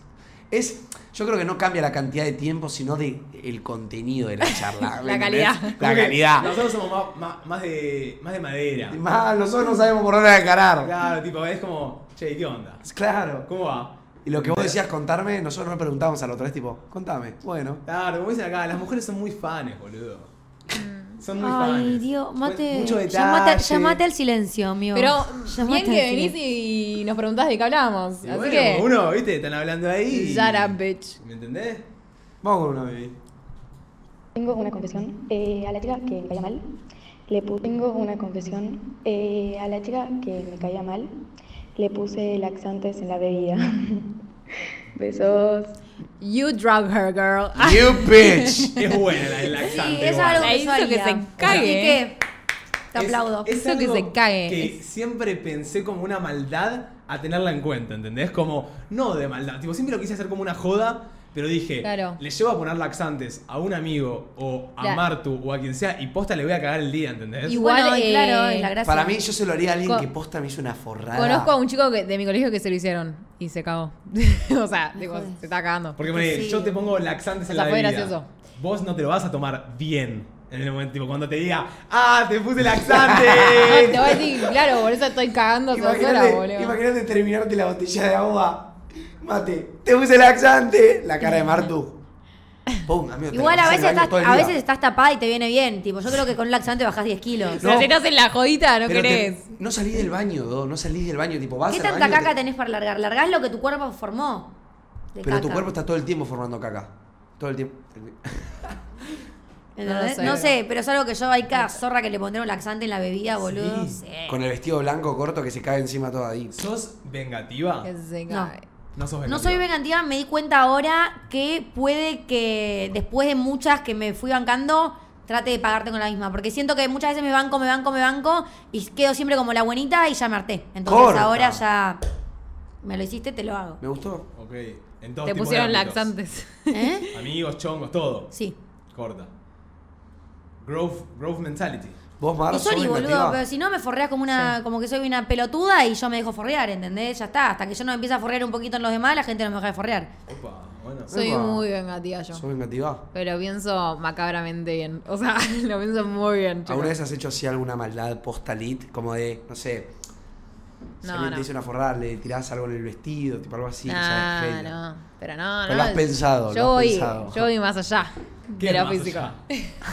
C: Es, yo creo que no cambia la cantidad de tiempo, sino de el contenido de la charla. ¿me
B: La
C: entendés?
B: calidad.
A: Como
C: La
A: que
C: calidad.
A: Nosotros somos más, más- más de, más de madera.
C: Mal, nosotros no sabemos por dónde encarar.
A: Claro, tipo, es como, che, ¿qué onda?
C: Claro.
A: ¿Cómo va?
C: Y lo que vos decías contarme, nosotros nos preguntábamos al otro, es tipo, contame. Bueno.
A: Claro, como dicen acá, las mujeres son muy fanes, boludo. Son muy fanes.
D: Ay, Dios, mate.
A: Mucho detalle.
D: llamate, llamate al silencio, amigo.
B: Pero bien
D: Llamate
B: que
D: al
B: venís
D: silencio.
B: y nos preguntás de qué hablamos.
A: Y
B: así
A: bueno,
B: que.
A: como uno, viste, están hablando ahí. y-
B: Shut up, bitch.
A: ¿Me entendés?
C: Vamos con una baby.
H: Tengo una confesión eh, a la chica que me caía mal. Le pu- tengo una confesión eh, a la chica que me caía mal. Le puse laxantes en la bebida. (laughs) Besos.
B: You drug her, girl.
C: (laughs) You bitch.
A: Es buena la del laxante.
D: Sí, es
A: igual.
D: algo
B: La
D: que ¿eh?
B: hizo
D: yo haría.
B: que se cague.
D: Así que te
A: Es-
D: aplaudo.
A: Es,
B: Eso que
A: algo
B: se cague.
A: Que siempre pensé como una maldad a tenerla en cuenta, ¿entendés? Como, no de maldad. Tipo, siempre lo quise hacer como una joda, pero dije,
B: Claro.
A: le llevo a poner laxantes a un amigo o a
B: Claro.
A: Martu o a quien sea y posta le voy a cagar el día, ¿entendés?
B: Igual,
D: Bueno, y
B: eh,
D: claro, es la gracia.
C: Para mí, yo se lo haría a alguien
B: Con-
C: que posta me hizo una forrada.
B: Ah, Conozco a un chico que- de mi colegio que se lo hicieron y se cagó. (laughs) o sea, digo,
D: jodas.
B: se está cagando.
A: Porque ponele,
D: Sí.
A: yo te pongo laxantes en
B: O sea,
A: la
B: fue
A: bebida.
B: gracioso.
A: Vos no te lo vas a tomar bien en el momento, tipo, cuando te diga, ah, te puse laxante.
B: (laughs) No, te voy a decir, claro, por eso estoy cagando hace dos horas,
C: Imagínate,
B: boludo.
C: imagínate terminarte la botella de agua. Mate, te puse laxante. La cara de Martu. Pum, amigo, te la
D: Igual a
C: pasás en
D: veces,
C: el baño
D: estás,
C: todo el
D: a
C: día.
D: veces estás tapada y te viene bien. Tipo, yo creo que con laxante bajás 10 kilos.
B: O sea, si te hacen la jodita, no
C: Pero te-
B: querés.
C: no salís del baño, Do, no salís del baño. Tipo, vas
D: ¿Qué
C: al
D: tanta
C: baño,
D: caca
C: te-
D: tenés para largar? Largás lo que tu cuerpo formó. de
C: Pero tu
D: caca.
C: cuerpo está todo el tiempo formando caca. Todo el tiempo.
D: ¿Entendés?
B: No
D: No,
B: lo sé.
D: sé. pero es algo que yo hay cada zorra que le pondré un laxante en la bebida, boludo. Sí.
C: Con el vestido blanco corto que se cae encima todo ahí.
A: ¿Sos vengativa?
B: Que se
D: No.
B: cague.
A: No sos vengativa.
D: No soy vegantiva, me di cuenta ahora que puede que después de muchas que me fui bancando, trate de pagarte con la misma. Porque siento que muchas veces me banco, me banco, me banco y quedo siempre como la buenita y ya me harté. Entonces
C: Corta.
D: ahora ya me lo hiciste, te lo
A: (laughs)
D: hago.
C: Me gustó.
A: Ok, en todo
B: Te
A: tipo de
B: pusieron
C: (laughs)
A: ámbitos.
B: laxantes.
D: ¿Eh?
A: Amigos, chongos, todo.
D: Sí.
A: Corta. Growth, growth mentality.
C: Vos,
D: Y
C: Mar, sos
D: sorry, boludo,
C: vengativa?
D: pero si no me forreas como una, como que soy una pelotuda y yo me dejo forrear, ¿entendés? Ya está. Hasta que yo no empiece a forrear un poquito en los demás, la gente no me deja de forrear.
A: Opa, bueno.
B: Soy
C: Epa.
B: muy vengativa yo.
C: ¿Sos vengativa?
B: Pero pienso macabramente bien. O sea, (laughs) lo pienso muy bien. chicos.
C: ¿Alguna vez has hecho así alguna maldad postalit? Como de, no sé, si
B: No,
C: alguien
B: no.
C: te hizo una forrada, le tirás algo en el vestido, tipo algo así. que sea de
B: No,
C: feria.
B: no. Pero no, no.
C: Pero lo has pensado, lo
B: Yo
C: has
B: voy,
C: pensado.
B: yo voy más allá
A: ¿Qué
B: de
A: es
B: lo
A: más
B: físico. (laughs)
A: allá?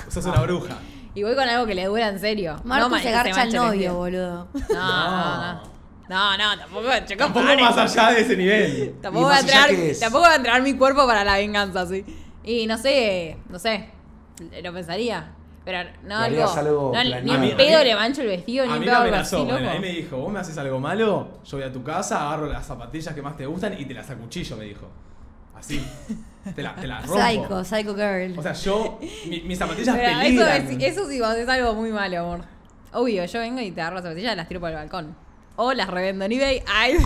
A: Sos una bruja.
B: Y voy con algo que le dura en serio.
D: Marco
B: ma-
D: se
B: que
D: garcha al
B: manche el
D: novio,
B: vestido.
D: boludo.
B: No, no, no. No, no, tampoco, chicos,
A: Tampoco
B: paren.
A: más allá de ese nivel.
B: Tampoco
C: Y
B: va a
C: más allá
B: entrar,
C: que es-
B: tampoco va a entrar mi cuerpo para la venganza, sí. Y no sé, no sé, lo pensaría. Pero no
C: Lo harías
B: algo,
C: algo
B: no, ni
C: planeado.
B: en pedo le mancho el vestido, ni
A: A
B: en
A: mí me
B: pedo algo así,
A: amenazó,
B: loco.
A: bueno, a mí me dijo, vos me haces algo malo, yo voy a tu casa, agarro las zapatillas que más te gustan y te las acuchillo, me dijo. Así. Te, la- te
B: (laughs)
A: las rompo.
D: Psycho, psycho girl.
A: O sea, yo, mi- mis zapatillas
B: Pero eso,
A: peligran.
B: es, eso sí es algo muy malo, amor. Obvio, yo vengo y te agarro las zapatillas y las tiro por el balcón. O las revendo en eBay. Ay,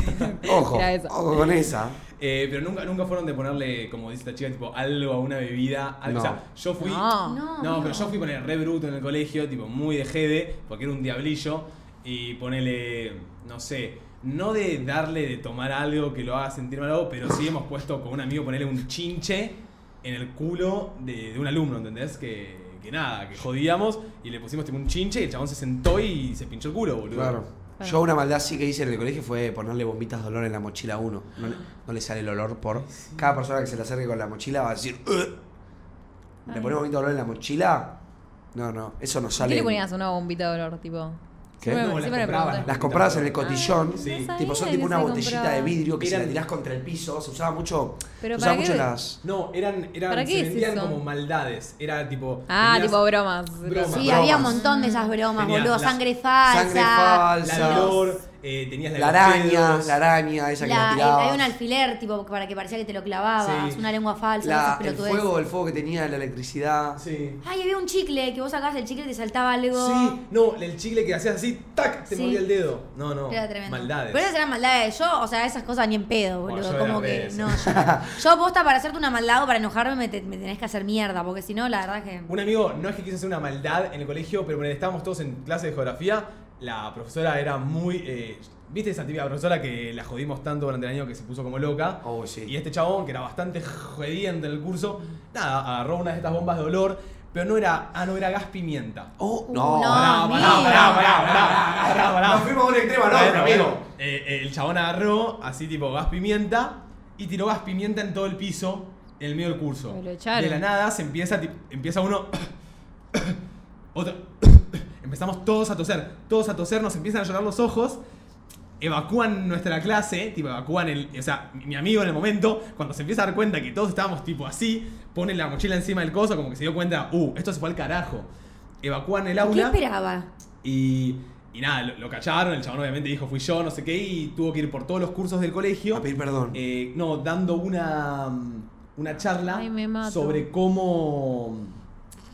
B: (laughs)
C: Ojo,
B: era eso.
C: ojo con esa.
A: Eh, pero nunca, nunca fueron de ponerle, como dice esta chica, tipo algo a una bebida. algo- O
C: No.
A: sea, yo fui.
B: No.
A: No,
D: No,
A: pero yo fui poner re bruto en el colegio, tipo muy de jede, porque era un diablillo. Y ponele, no sé, no de darle de tomar algo que lo haga sentir mal, algo, pero sí hemos puesto con un amigo ponerle un chinche en el culo de, de un alumno, ¿entendés? Que, que nada, que jodíamos y le pusimos tipo un chinche y el chabón se sentó y se pinchó el culo, boludo.
C: Claro. Yo una maldad sí que hice en el colegio fue ponerle bombitas de olor en la mochila a uno. No le, no le sale el olor por... Cada persona que se le acerque con la mochila va a decir... "Ugh". ¿Le ponés bombita de olor en la mochila? No, no, eso no
B: ¿Qué
C: sale.
B: le
C: en-
B: ponías una bombita de olor, tipo?
C: ¿Qué?
B: Siempre me-
A: No, las
B: siempre me
A: compraba,
B: preguntan.
C: Las comprabas en el cotillón.
B: Ah,
A: Sí.
B: no
C: Tipo, son
B: sabía
C: tipo
B: que
C: una
B: se
C: botellita
B: compraba.
C: de vidrio que si
A: Eran-
C: la tirás contra el piso, se usaba mucho.
B: Pero
C: se usaba
B: ¿para
C: mucho
B: qué?
C: las.
A: No, eran, eran
B: ¿Para qué
A: se
B: es
A: vendían
B: eso?
A: como maldades. Era tipo.
B: Ah,
A: tenías
B: tipo bromas.
A: bromas.
D: Sí,
C: Bromas.
D: había un montón de esas bromas,
A: Tenías
D: boludo.
A: la-
D: Sangre falsa.
C: Sangre
A: La
C: falsa.
A: de olor, eh, tenías la de
C: La
A: los
C: araña,
A: dedos.
C: la araña, esa que la,
D: La- el-
C: tirabas.
D: había un alfiler tipo para que parecía que te lo clavabas,
A: Sí.
D: una lengua falsa,
C: La-
D: esas
C: el
D: pelotudeces.
C: fuego, el fuego que tenía, la electricidad.
A: Sí.
D: Ay, había un chicle que vos sacabas el chicle y te saltaba algo.
A: Sí, no, el chicle que hacías así, ¡tac! Te
D: Sí.
A: movía el dedo. No, no.
D: Era tremendo.
A: Maldades.
D: Pero esas eran maldades. Yo, o sea, esas cosas ni en pedo,
A: Bueno,
D: boludo.
A: yo era
D: como
A: re
D: que.
A: eso.
D: No, yo, yo aposta para hacerte una maldad o para enojarme me, te- me tenés que hacer mierda, porque si no, la verdad que.
A: Un amigo, no es que quiso hacer una maldad en el colegio, pero cuando estábamos todos en clase de geografía, la profesora era muy... eh, ¿Viste esa típica profesora que la jodimos tanto durante el año que se puso como loca?
C: Oh, sí.
A: Y este chabón, que era bastante jodiente en el curso, nada, agarró una de estas bombas de olor, pero no era... Ah, no, era gas pimienta.
C: Oh,
D: Uh, no,
C: no.
A: Pará, pará,
D: amigo.
A: pará, pará, pará, pará, pará.
C: Nos fuimos a un extremo al otro,
A: Bueno,
C: amigo.
A: bueno, eh, eh, el chabón agarró, así tipo gas pimienta, y tiró gas pimienta en todo el piso, en el medio del curso.
B: Me lo echaron.
A: De la nada se empieza, tip- empieza uno. (coughs) otro. (coughs) Empezamos todos a toser, todos a toser, nos empiezan a llorar los ojos. Evacúan nuestra clase, tipo evacúan el. O sea, mi mi amigo en el momento, cuando se empieza a dar cuenta que todos estábamos tipo así, pone la mochila encima del coso, como que se dio cuenta, uh, esto se fue al carajo. Evacúan el
D: ¿Qué
A: aula.
D: esperaba?
A: Y, y nada, lo, lo callaron, el chabón obviamente dijo fui yo, no sé qué, y tuvo que ir por todos los cursos del colegio.
C: A pedir perdón.
A: eh, no, dando una, mm, una charla
B: Ay, me mato.
A: sobre cómo,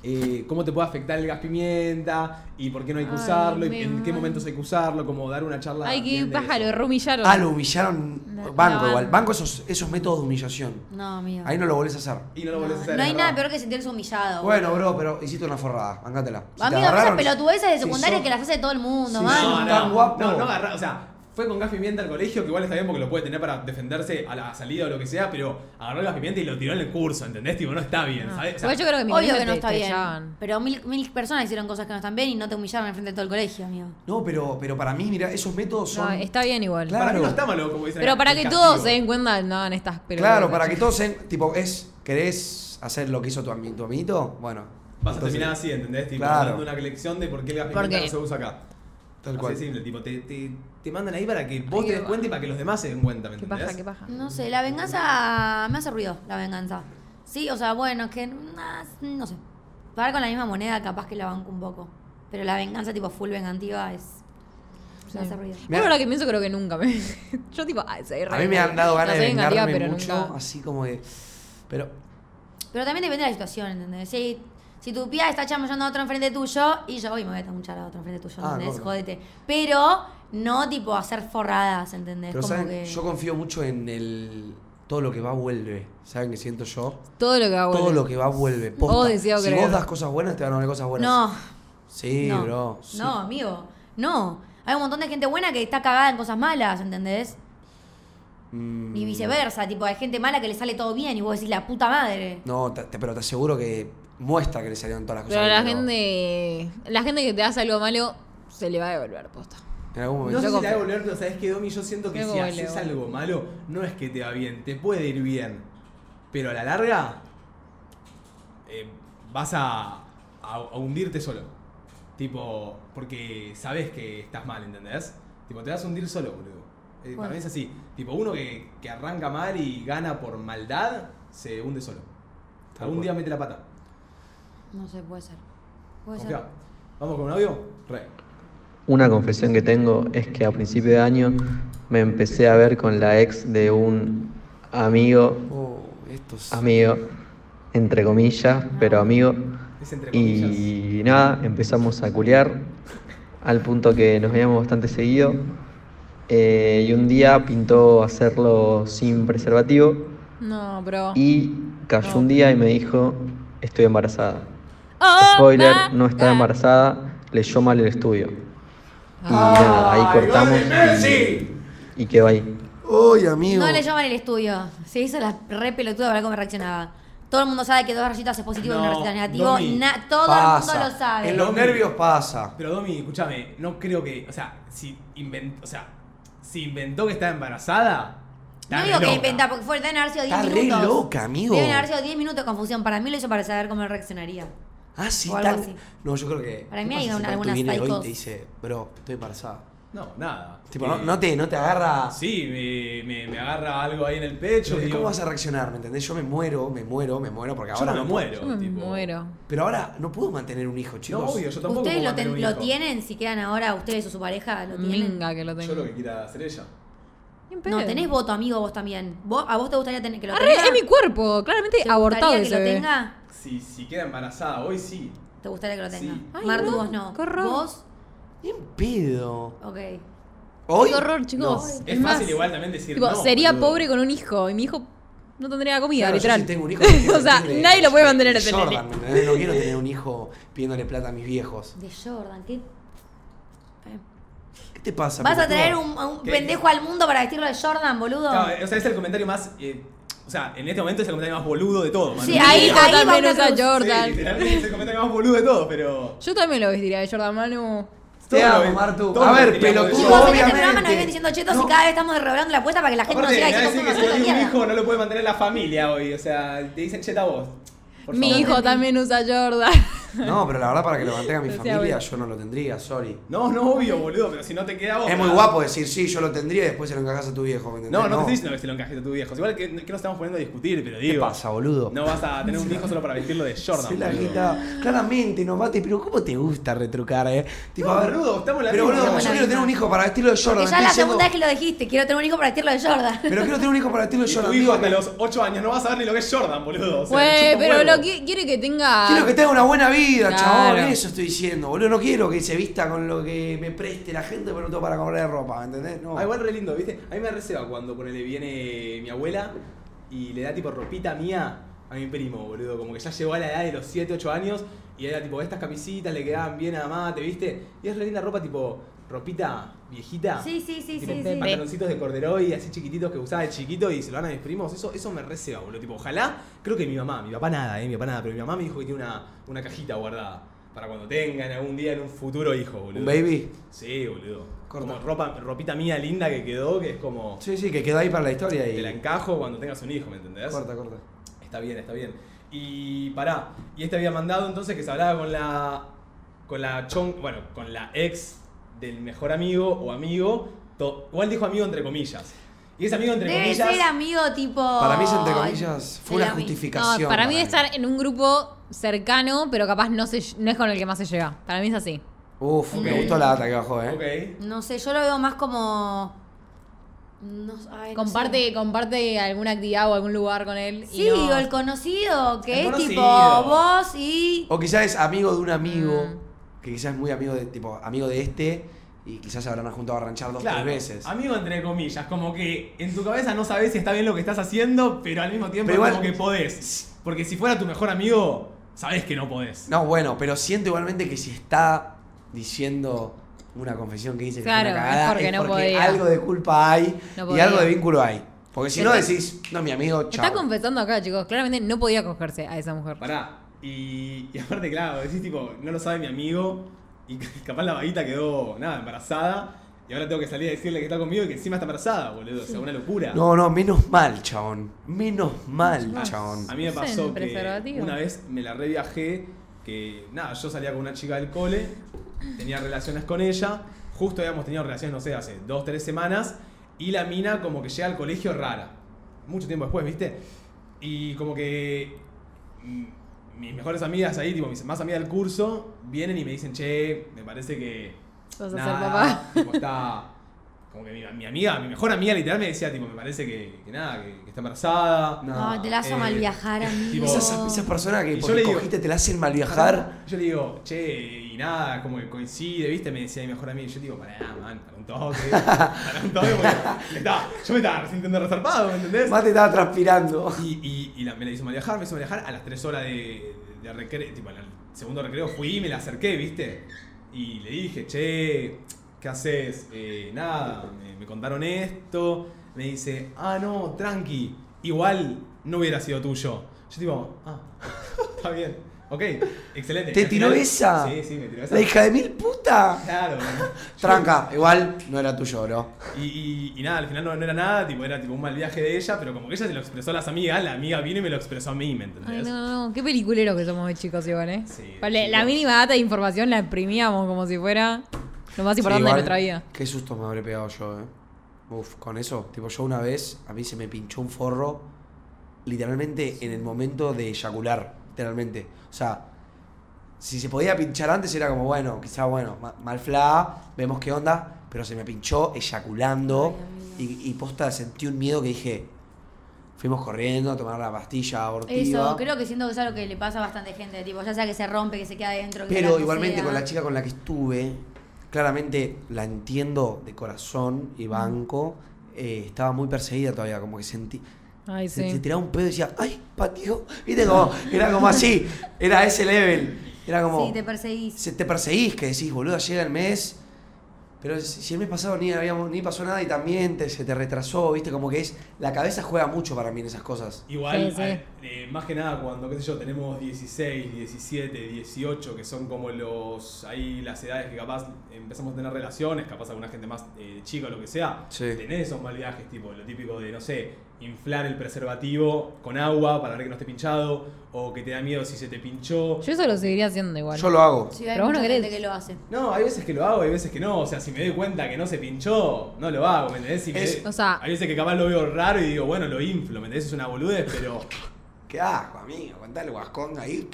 A: eh, cómo te puede afectar el gas pimienta y por qué no hay que
B: Ay,
A: usarlo, y
B: me
A: en qué
B: mato.
A: momentos hay que usarlo, como dar una charla.
B: Ay, qué
A: bien de
B: pájaro,
A: eso.
B: re humillaron.
C: Ah, lo humillaron.
B: La- la
C: banco igual.
B: banda.
C: Banco esos, esos métodos de humillación.
D: No, amigo.
C: Ahí no lo volvés a hacer.
A: Y no lo
D: No,
A: volvés a hacer.
D: no hay
A: es
D: nada
A: verdad.
D: peor que sentirse humillado.
C: Bueno, bro, pero hiciste una forrada. Bancátela. Si te
D: Amigo, esas
C: agarraron-
D: pelotudeces de
C: si
D: secundaria
C: sos-
D: que las hace todo el mundo,
C: Sí,
D: mano.
A: No,
C: Tan
A: no,
C: guapo.
A: no, no agarra- o sea, fue con gas pimienta al colegio, que igual está bien porque lo puede tener para defenderse a la salida o lo que sea, pero agarró el gas pimienta y lo tiró en el curso, ¿entendés? Tipo, no está bien, ¿sabes? O sea,
B: Igual yo creo que mi
D: Obvio
B: colegio
D: que no
B: te-
D: está
B: te
D: bien.
B: echaban.
D: Pero mil, mil personas hicieron cosas que no están bien y no te humillaron en frente de todo el colegio, amigo.
C: No, pero, pero para mí, mira, esos métodos son.
B: No, está bien igual.
C: Claro.
A: Para mí no está malo, como dicen.
B: Pero
A: acá,
B: para
A: el
B: que
A: castigo.
B: todos se den cuenta, no en estas pelotudeces.
C: claro, para que todos sean. Tipo, es. ¿Querés hacer lo que hizo tu, ami- tu amiguito? Bueno.
A: Vas a
C: entonces-
A: terminar así, ¿entendés? Tipo,
C: Claro.
A: dando una colección de por qué el gas
B: ¿Por
A: pimienta no
B: qué?
A: se usa acá.
C: Tal
A: Así
C: cual.
A: de simple, tipo, te, te, te mandan ahí para que vos
B: Ay,
A: te
B: qué
A: des cuenta y para que los demás se den cuenta, ¿me
B: ¿Qué
A: entendés?
B: paja, qué paja?
D: No sé, la venganza me hace ruido, la venganza. Sí, o sea, bueno, es que nah, no sé. Pagar con la misma moneda capaz que la banco un poco. Pero la venganza tipo full vengativa es...
B: Sí.
D: Me hace ruido.
B: Yo ahora que pienso creo que nunca me... (laughs) Yo tipo, ay, soy re-
C: A mí me han dado ganas
B: no
C: de
B: soy vengativa,
C: vengarme
B: pero
C: mucho,
B: nunca.
C: así como de. Pero.
D: Pero también depende de la situación, ¿entendés? Si, si tu pía está chamullando a otro enfrente tuyo y yo hoy me voy a chamuchar a otro enfrente tuyo,
C: Ah,
D: ¿entendés?
C: obvio.
D: Jódete. Pero no tipo hacer forradas, ¿entendés?
C: Pero
D: Como
C: saben,
D: que...
C: yo confío mucho en el. Todo lo que va vuelve. ¿Saben qué siento yo?
B: Todo lo que hago.
C: Todo lo que va vuelve. Posta.
B: Vos decís,
C: si
B: creo.
C: vos das cosas buenas, te van a dar cosas buenas.
D: No,
C: Sí,
D: no.
C: bro. sí.
D: No, amigo. No. Hay un montón de gente buena que está cagada en cosas malas, ¿entendés?
C: Mm,
D: Y viceversa, tipo, hay gente mala que le sale todo bien y vos decís la puta madre.
C: No, te- te- pero te aseguro que muestra que le salieron todas las cosas.
B: Pero la
C: bien, bro.
B: gente... La gente que te hace algo malo se le va a devolver, posta.
C: En algún
A: No
C: momento.
A: sé
B: Yo
A: si te va a
B: confío.
A: volver, pero sabes que Domi, yo siento que
B: Me
A: si
B: vuelvo.
A: haces algo malo, no es que te va bien, te puede ir bien. Pero a la larga, eh, vas a, a- a hundirte solo. Tipo, porque sabes que estás mal, ¿entendés? Tipo, te vas a hundir solo, boludo. Eh, para
D: Bueno.
A: mí es así. Tipo, uno que, que arranca mal y gana por maldad, se hunde solo.
C: Tal
A: Algún
C: cual.
A: día mete la pata.
D: No sé, puede ser. Puede
A: Confía. ¿Vamos con un audio? Re.
I: Una confesión que tengo es que a principio de año me empecé a ver con la ex de un amigo,
C: Oh, estos.
I: amigo, entre comillas, pero amigo.
A: Es entre comillas.
I: Y nada, empezamos a culiar al punto que nos veíamos bastante seguido. Eh, y un día pintó hacerlo sin preservativo
B: No, bro.
I: y cayó un día y me dijo, estoy embarazada.
B: Oh,
I: Spoiler,
B: my
I: no está
B: God.
I: embarazada, leyó mal el estudio. Y nada, ahí cortamos y, y quedó ahí.
C: Uy, amigo.
D: No le llaman el estudio. Se hizo la re pelotuda para cómo reaccionaba. Todo el mundo sabe que dos rayitas es positivo y una
A: No,
D: rayita es negativo.
A: Domi,
D: Na- todo el mundo lo sabe.
C: En los nervios pasa.
A: Pero Domi, escúchame, no creo que. O sea, si inventó. O sea, si inventó que estaba embarazada. está
D: No
A: re
D: digo que
A: loca.
D: inventa, porque fue, deben haber sido 10
C: Está re
D: minutos.
C: loca, amigo.
D: Deben haber sido 10 minutos de confusión. Para mí lo hizo para saber cómo reaccionaría.
C: Ah, sí,
D: O algo
C: tan-
D: así.
C: No, yo creo que.
D: Para
C: ¿qué
D: mí hay
C: pasa si
D: una-
C: Pato
D: algunas
C: viene hoy y
D: psychos.
C: te dice, bro, estoy embarazada?
A: No, nada.
C: Tipo, no,
A: Eh,
C: no te, no te agarra.
A: Sí, me, me- me agarra algo ahí en el pecho.
C: Pero
A: y digo,
C: ¿Cómo vas a reaccionar? ¿Me entendés? Yo me muero, me muero, me muero, porque
A: Yo
C: ahora
A: no me
C: puedo-
A: muero.
B: Yo
D: Mm,
B: me
A: tipo.
B: muero.
C: Pero ahora no puedo mantener un hijo,
A: No,
C: chicos.
A: obvio, yo tampoco.
D: ¿Ustedes
A: puedo
D: lo, ten-
A: mantener un
D: lo
A: hijo.
D: tienen si quedan ahora, ustedes o su pareja lo tienen?
B: Minga que lo
A: Yo lo
B: tengo.
A: que quiera hacer ella.
B: Ni en pedo.
D: No, tenés voto, amigo, vos también. ¿Vos, ¿A vos te gustaría tener que lo
B: Arre,
D: tenga?
B: es mi cuerpo.
D: ¿Te
B: Claramente
D: gustaría
B: abortado
D: que
B: ese eh.
D: lo
B: bebé.
D: tenga?
A: Si, si queda embarazada hoy, sí.
D: ¿Te gustaría que lo tenga?
A: Sí.
B: Ay,
D: Martu,
B: no,
D: vos no.
B: qué horror.
D: Vos,
C: Ni en pedo.
D: ok.
C: Hoy.
B: Qué horror, chicos.
A: Es,
B: más,
A: fácil igual también decir
B: tipo,
A: no.
B: sería
A: boludo.
B: pobre con un hijo y mi hijo no tendría comida,
C: Claro, yo
B: literal.
C: si tengo
B: (laughs)
C: un hijo, no quiero
B: o sea,
C: tener-
B: nadie lo puede mantener a tener.
C: Jordan, ¿me entendés? No quiero tener un hijo pidiéndole plata a mis viejos.
D: De Jordan, ¿qué?
C: ¿Qué te pasa?
D: ¿Vas a
C: pelotudo?
D: traer un, a un
A: ¿Qué?
D: pendejo al mundo para vestirlo de Jordan, boludo?
A: Claro, eh, o sea, es el comentario más. eh, o sea, en este momento es el comentario más boludo de todo.
D: Sí,
A: Manu.
D: ahí-
B: hijo
D: ahí va
B: también
D: una
B: usa
D: cruz.
B: Jordan.
A: Sí, literalmente es el comentario más boludo de todo, pero.
B: Yo también lo vestiría de Jordan Manu.
C: Te
A: Todo lo
C: amo,
A: que-
C: Martu.
A: todo
C: A
A: lo que
C: ver,
A: queríamos
C: pelotudo,
A: decir.
D: Chicos, en este
C: obviamente.
D: programa nos vienen diciendo chetos y
C: No.
D: cada vez estamos redoblando la apuesta para que la gente
A: Aparte,
D: nos siga
A: me va a
D: diciendo
A: decir que
D: somos
A: si
D: una
A: no tiene un
D: mierda.
A: hijo no lo puede mantener la familia hoy. O sea, te dicen cheta vos. Por
B: Mi
A: favor.
B: hijo también usa Jordan. (laughs)
C: No, pero la verdad, para que lo mantenga mi
B: Decía
C: familia,
B: abuela.
C: yo no lo tendría, sorry.
A: No, no, obvio, boludo, pero si no te queda vos.
C: Es muy guapo decir, sí, yo lo tendría y después se lo encajás a tu viejo, ¿me entendés?
A: No, no te estoy diciendo que se lo encajes a tu viejo. Igual que, que nos estamos poniendo a discutir, pero
C: ¿Qué
A: digo.
C: pasa, boludo?
A: No vas a tener un hijo solo para vestirlo de Jordan.
C: Se la
A: boludo.
C: agita. Claramente, no mate, pero ¿cómo te gusta retrucar, eh? Tipo,
A: No,
C: a ver,
A: boludo, estamos en la
C: Pero
A: misma,
C: boludo, yo
A: estamos en la
C: quiero tener
D: misma.
C: un hijo para vestirlo de Jordan.
D: Porque ya
C: estoy
D: la
C: diciendo-
D: segunda vez que lo dijiste, quiero tener un hijo para vestirlo de
C: (laughs)
D: Jordan.
C: Pero quiero tener un hijo para vestirlo de
A: Y tu
C: Jordan.
A: hijo
C: digo,
A: hasta los 8 años no vas a saber ni lo que es Jordan, boludo. O sea,
B: Güey,
A: chupa un
B: pero
A: huevo.
B: lo que quiere que tenga.
C: Quiero que tenga una buena vida,
B: Claro.
C: chabón. Eso estoy diciendo, boludo. No quiero que se vista con lo que me preste la gente, pero no tengo para comprar ropa, ¿me entendés? No.
A: Ah, igual re lindo, ¿viste? A mí me receba cuando ponele, viene mi abuela y le da tipo ropita mía a mi primo, boludo. Como que ya llegó a la edad de los 7, 8 años y era tipo, estas camisitas le quedaban bien a mate, ¿viste? Y es re linda ropa tipo, ropita viejita.
D: Sí, sí, sí,
A: tipo,
D: sí, sí.
A: Pantaloncitos de corderoy así chiquititos que usaba de chiquito y se lo dan a mis primos. Eso, eso me receba, boludo. Tipo, ojalá, creo que mi mamá, mi papá nada, eh, mi papá nada, pero mi mamá me dijo que tiene una, una cajita guardada. Para cuando tengan algún día en un futuro hijo, boludo.
C: ¿Un baby?
A: Sí, boludo.
C: Corta.
A: Como ropa, ropita mía linda que quedó, que es como.
C: Sí, sí, que quedó ahí para la historia
A: Te la
C: y.
A: encajo cuando tengas un hijo, ¿me entendés?
C: Corta, corta.
A: Está bien, está bien. Y pará. Y este había mandado entonces que se hablaba con la. con la chon. Bueno, con la ex del mejor amigo o amigo. to- igual dijo amigo entre comillas. Y ese amigo entre
D: Debe
A: comillas.
D: ser amigo tipo.
C: Para mí, es, entre comillas, fue
D: Era
C: una
D: mi-
B: No,
C: justificación.
B: para mí de estar en un grupo cercano, pero capaz no, se, no es con el que más se llega. Para mí es así.
C: Uf,
A: Ok.
D: Mm.
C: me gustó la data que bajó, eh.
A: Ok.
D: No sé, yo lo veo más como. No, ay, no
B: Comparte,
D: sé.
B: comparte alguna actividad o algún lugar con él. y
D: Sí,
B: no-
D: o el conocido, que
A: El
D: es tipo
A: conocido.
D: vos y.
C: O quizás es amigo de un amigo,
B: Mm.
C: que quizás es muy amigo de, tipo, amigo de este, y quizás se habrán juntado a ranchar dos,
A: Claro,
C: tres veces.
A: amigo entre comillas, como que en tu cabeza no sabes si está bien lo que estás haciendo, pero al mismo tiempo
C: Pero igual-
A: como que podés. Porque si fuera tu mejor amigo, sabés que no podés.
C: No, bueno, pero siento igualmente que si está diciendo una confesión que dice
B: Claro,
C: que fue una
B: es
C: cagada,
B: porque
C: es
B: no
C: porque
B: podía.
C: algo de culpa hay
B: No
C: y
B: podía.
C: algo de vínculo hay. Porque si no
B: Está-
C: decís, no, mi amigo, chao.
B: Está confesando acá, chicos. Claramente no podía cogerse a esa mujer.
A: Pará. Y, y aparte, claro, decís tipo, no lo sabe mi amigo. Y (laughs) capaz la vaguita quedó, nada, embarazada. Y ahora tengo que salir a decirle que está conmigo y que encima está embarazada, boludo. O sea, una locura.
C: No, no, menos mal, chabón. Menos mal, chabón.
A: A mí me
B: Usen
A: pasó que
B: preservativo.
A: una vez me la reviajé, que nada, yo salía con una chica del cole, tenía relaciones con ella, justo habíamos tenido relaciones, no sé, hace dos, tres semanas, y la mina como que llega al colegio rara, mucho tiempo después, ¿viste? Y como que mm, mis mejores amigas ahí, tipo, mis más amigas del curso, vienen y me dicen, che, me parece que...
B: Vas a
A: nada,
B: ser papá.
A: tipo, está... Como que mi, mi amiga, mi mejor amiga literal me decía, tipo, me parece que, que nada, que, que está embarazada.
D: No, Ah, te la hace
A: eh,
D: mal
C: (laughs)
D: viajar, amigo.
A: tipo-
C: Esas, esas personas que
A: Y yo
C: porque
A: le digo-
C: cogiste te la hacen mal viajar.
A: Yo le digo, che, y nada, como que coincide, ¿viste? Me decía mi mejor amigo. Yo digo, pará, man, para un toque. Para un
C: (laughs)
A: toque, porque me estaba- yo me estaba sintiendo resarpado, ¿me entendés?
C: Más te estaba transpirando.
A: Y, y, y la- me la hizo mal viajar, me hizo mal viajar a las 3 horas de, de recreo, tipo, en el segundo recreo fui y me la acerqué, ¿viste? Y le dije, che, ¿qué haces? Eh, nada, me, me contaron esto. Me dice, ah, no, tranqui, igual no hubiera sido tuyo. Yo digo, ah, (laughs) está bien. Ok, excelente.
C: ¿Te
A: Y al
C: tiró
A: final-
C: esa?
A: Sí, sí, me tiró esa.
C: La hija de mil puta.
A: Claro. bueno.
C: (laughs) Tranca, igual no era tuyo, bro.
A: Y, y- y nada, al final no, no era nada, tipo, era tipo un mal viaje de ella, pero como que ella se lo expresó a las amigas, la amiga vino y me lo expresó a mí, ¿me entendés?
B: Ay, no, no, qué peliculero que somos de chicos igual, ¿eh?
A: Sí,
B: Vale,
A: de
B: la
A: chicos.
B: mínima data de información la imprimíamos como si fuera lo más importante de nuestra vida.
C: Qué susto me habré pegado yo, eh. Uf, con eso. Tipo, yo una vez, a mí se me pinchó un forro, literalmente en el momento de eyacular, literalmente. O sea, si se podía pinchar antes era como, bueno, quizá, bueno, ma- mal fla, vemos qué onda, pero se me pinchó eyaculando y, y posta sentí un miedo que dije, fuimos corriendo a tomar la pastilla abortiva.
D: Eso, creo que siento que es algo que le pasa a bastante gente, tipo, ya sea que se rompe, que se queda adentro. que sea
C: Pero
D: que
C: igualmente
D: sea.
C: con la chica con la que estuve, claramente la entiendo de corazón y banco. eh, estaba muy perseguida todavía, como que sentí.
B: Ay,
C: Se, se
B: sí.
C: tiraba un pedo y decía, ¡ay, patijo! ¿Viste como, Era como así, era ese level. Era como.
D: Sí, te perseguís.
C: se- te perseguís, que decís, boludo, llega el mes. Pero si si el mes pasado ni, habíamos, ni pasó nada y también te- se te retrasó, ¿viste? Como que es. La cabeza juega mucho para mí en esas cosas.
A: Igual,
B: Sí, sí.
A: a- eh, más que nada cuando, qué sé yo, tenemos 16, 17, 18, que son como los, ahí las edades que capaz empezamos a tener relaciones, capaz alguna gente más eh, chica o lo que sea,
C: Sí.
A: tenés esos mal viajes, tipo lo típico de, no sé, inflar el preservativo con agua para ver que no esté pinchado, o que te da miedo si se te pinchó.
B: Yo eso lo seguiría haciendo igual.
C: Yo lo hago.
D: Sí, hay
B: Pero vos no
D: mucha gente
B: querés.
D: que lo hace.
A: No, hay veces que lo hago, hay veces que no, o sea, si me doy cuenta que no se pinchó, no lo hago, ¿me entendés? Si me-
C: Es-
B: o sea-
A: hay veces que capaz lo veo raro y digo, bueno, lo inflo, ¿me entendés? Es una boludez, pero...
C: Qué asco, amigo. Aguantá el guascón ahí.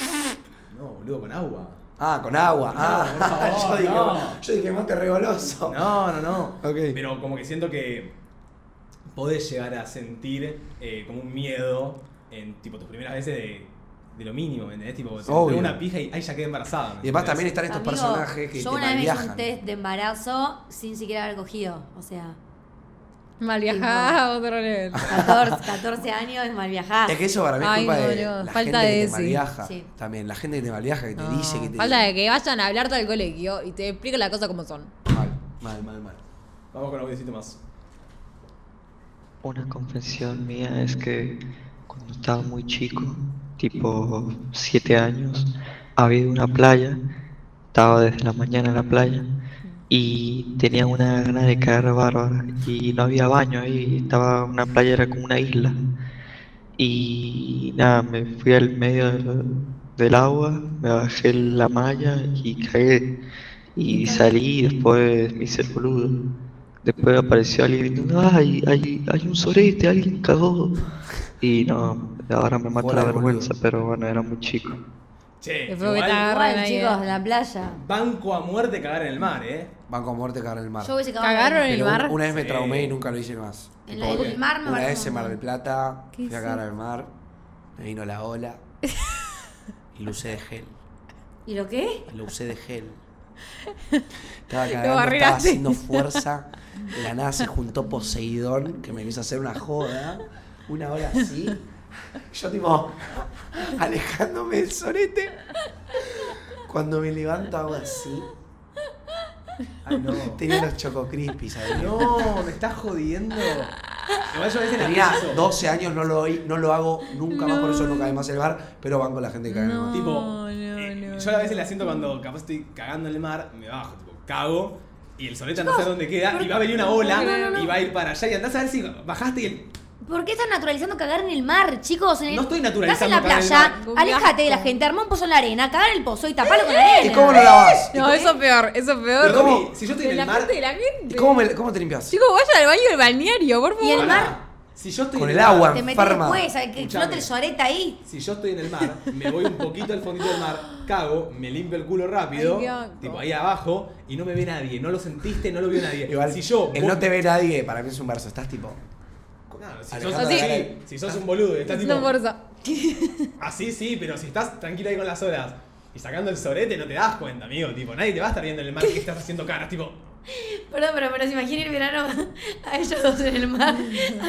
A: No, boludo, con agua.
C: Ah, con agua. ah,
A: por favor,
C: (laughs) yo, dije,
A: no.
C: yo dije monte regoloso.
A: No, no, no.
C: Ok.
A: Pero como que siento que podés llegar a sentir eh, como un miedo en tipo tus primeras veces de, de lo mínimo, ¿me entendés? Tipo, se me
C: Obvio.
A: pegó una pija y ahí ya quedé embarazada. ¿me
C: Y además
A: entendés?
C: también están estos
D: Amigo,
C: personajes que
D: yo
C: te
D: una vez me hice
C: malviajan.
D: un test de embarazo sin siquiera haber cogido. O sea,
B: Mal viajada, otro nivel.
C: Ah, (laughs)
D: 14, 14 años es mal viajar.
C: Es que eso para mí es
B: Ay,
C: culpa
B: no,
C: de
B: boludo.
C: la
B: Falta
C: gente que
B: de
C: te
B: sí.
C: malviaja.
D: Sí.
C: También, la gente que te malviaja, que te dice que te
B: Falta de que vayan a hablarte al colegio y te explico la cosa como son.
C: Mal, mal, mal, mal.
A: Vamos con un audiocito más.
I: Una confesión mía es que cuando estaba muy chico, tipo 7 años, había ido a una playa, estaba desde la mañana en la playa y tenía una gana de caer bárbara y no había baño ahí, estaba una playa, era como una isla. Y nada, me fui al medio del, del agua, me bajé la malla y caí. Y salí y después me hice el boludo. Después apareció alguien gritando, ay, hay, hay un sorete, alguien cagó. Y no, ahora me mata
C: Fuera
I: la
C: de
I: vergüenza,
C: boludo.
I: pero bueno, era muy chico.
A: Che,
B: Después que
A: igual,
B: te agarran
D: Igual,
B: ahí,
D: chicos,
B: eh.
D: en la playa.
A: banco a muerte cagar en el mar, ¿eh?
C: Banco a muerte, cagar en el mar.
D: Yo hubiese cagado
B: ¿Cagaron en
D: en
B: el
C: Pero
B: mar?
C: un- una vez me
A: Sí.
C: traumé y nunca lo hice más.
D: el,
C: Tipo,
D: mar. el mar me
C: Una
D: parece
C: vez en
D: un
C: Mar del Plata,
B: ¿Qué
C: fui a cagar
B: hiciste?
C: al mar, me vino la ola y lo usé de gel.
D: montón. ¿Y lo qué?
C: Lo usé
B: (laughs)
C: de gel. Estaba cagando, estaba
B: barreraste.
C: haciendo fuerza. De la nada se juntó Poseidón, que me quiso hacer una joda. Una hora así. Yo tipo, alejándome del sorete. Cuando me levanto hago así. (laughs)
A: Ay, no.
C: Tenía los choco crispies, ahí.
A: No, me
C: (laughs)
A: estás jodiendo. Igual yo a veces la
C: Tenía
A: pienso.
C: 12 años, no lo, oí- no lo hago nunca más, por eso no cae más el bar, pero van con la gente que cae en el bar.
A: Tipo,
B: No, no,
A: eh,
B: no,
A: yo a veces
B: no.
A: la siento cuando capaz estoy cagando en el mar, me bajo, tipo, cago, y el soleta no sabe dónde queda, y va a venir una ola, y va a ir para allá, y andás a ver si bajaste y el...
D: ¿Por qué están naturalizando cagar en el mar, chicos? En el-
A: No estoy
D: Estás
A: naturalizando
D: en la
A: cagar en
D: playa,
B: el mar.
D: aléjate de la gente, armá un pozo en la arena, cagar en el pozo y tapalo con la arena.
C: ¿Y cómo lo lavas?
B: No, eso es peor, eso es peor.
A: Pero, Tommy, si yo estoy
B: De
A: en
B: la
A: el mar,
B: gente de la gente.
C: ¿Y cómo, me- cómo te limpias?
B: Chicos, vayan al baño del balneario, por favor.
D: Y el mar
A: si yo estoy
C: Con
A: en
C: el agua.
A: mar-
D: te metes
C: Farma.
D: después, ¿sabes? que
A: Escuchame.
D: flote el sorete ahí.
A: si yo estoy en el mar, me voy un poquito al fondito del mar, cago, me limpio el culo rápido,
B: Ay, qué asco.
A: tipo ahí abajo, y no me ve nadie, no lo sentiste, no lo vio nadie.
C: Igual,
A: si yo...
C: el
A: vos-
C: no te ve nadie, para mí es un verso. Estás tipo.
A: Claro, si, sos,
C: Alejandra,
A: así,
C: dale.
A: si sos un boludo, y estás tipo...
B: No, porfa.
C: Ah,
A: Así Ah, sí, pero si estás tranquilo ahí con las horas y sacando el sorete, no te das cuenta, amigo. Tipo, nadie te va a estar viendo en el mar que estás haciendo caras, tipo.
D: Perdón, pero me los imagino el verano (laughs) a ellos dos en el (laughs) mar,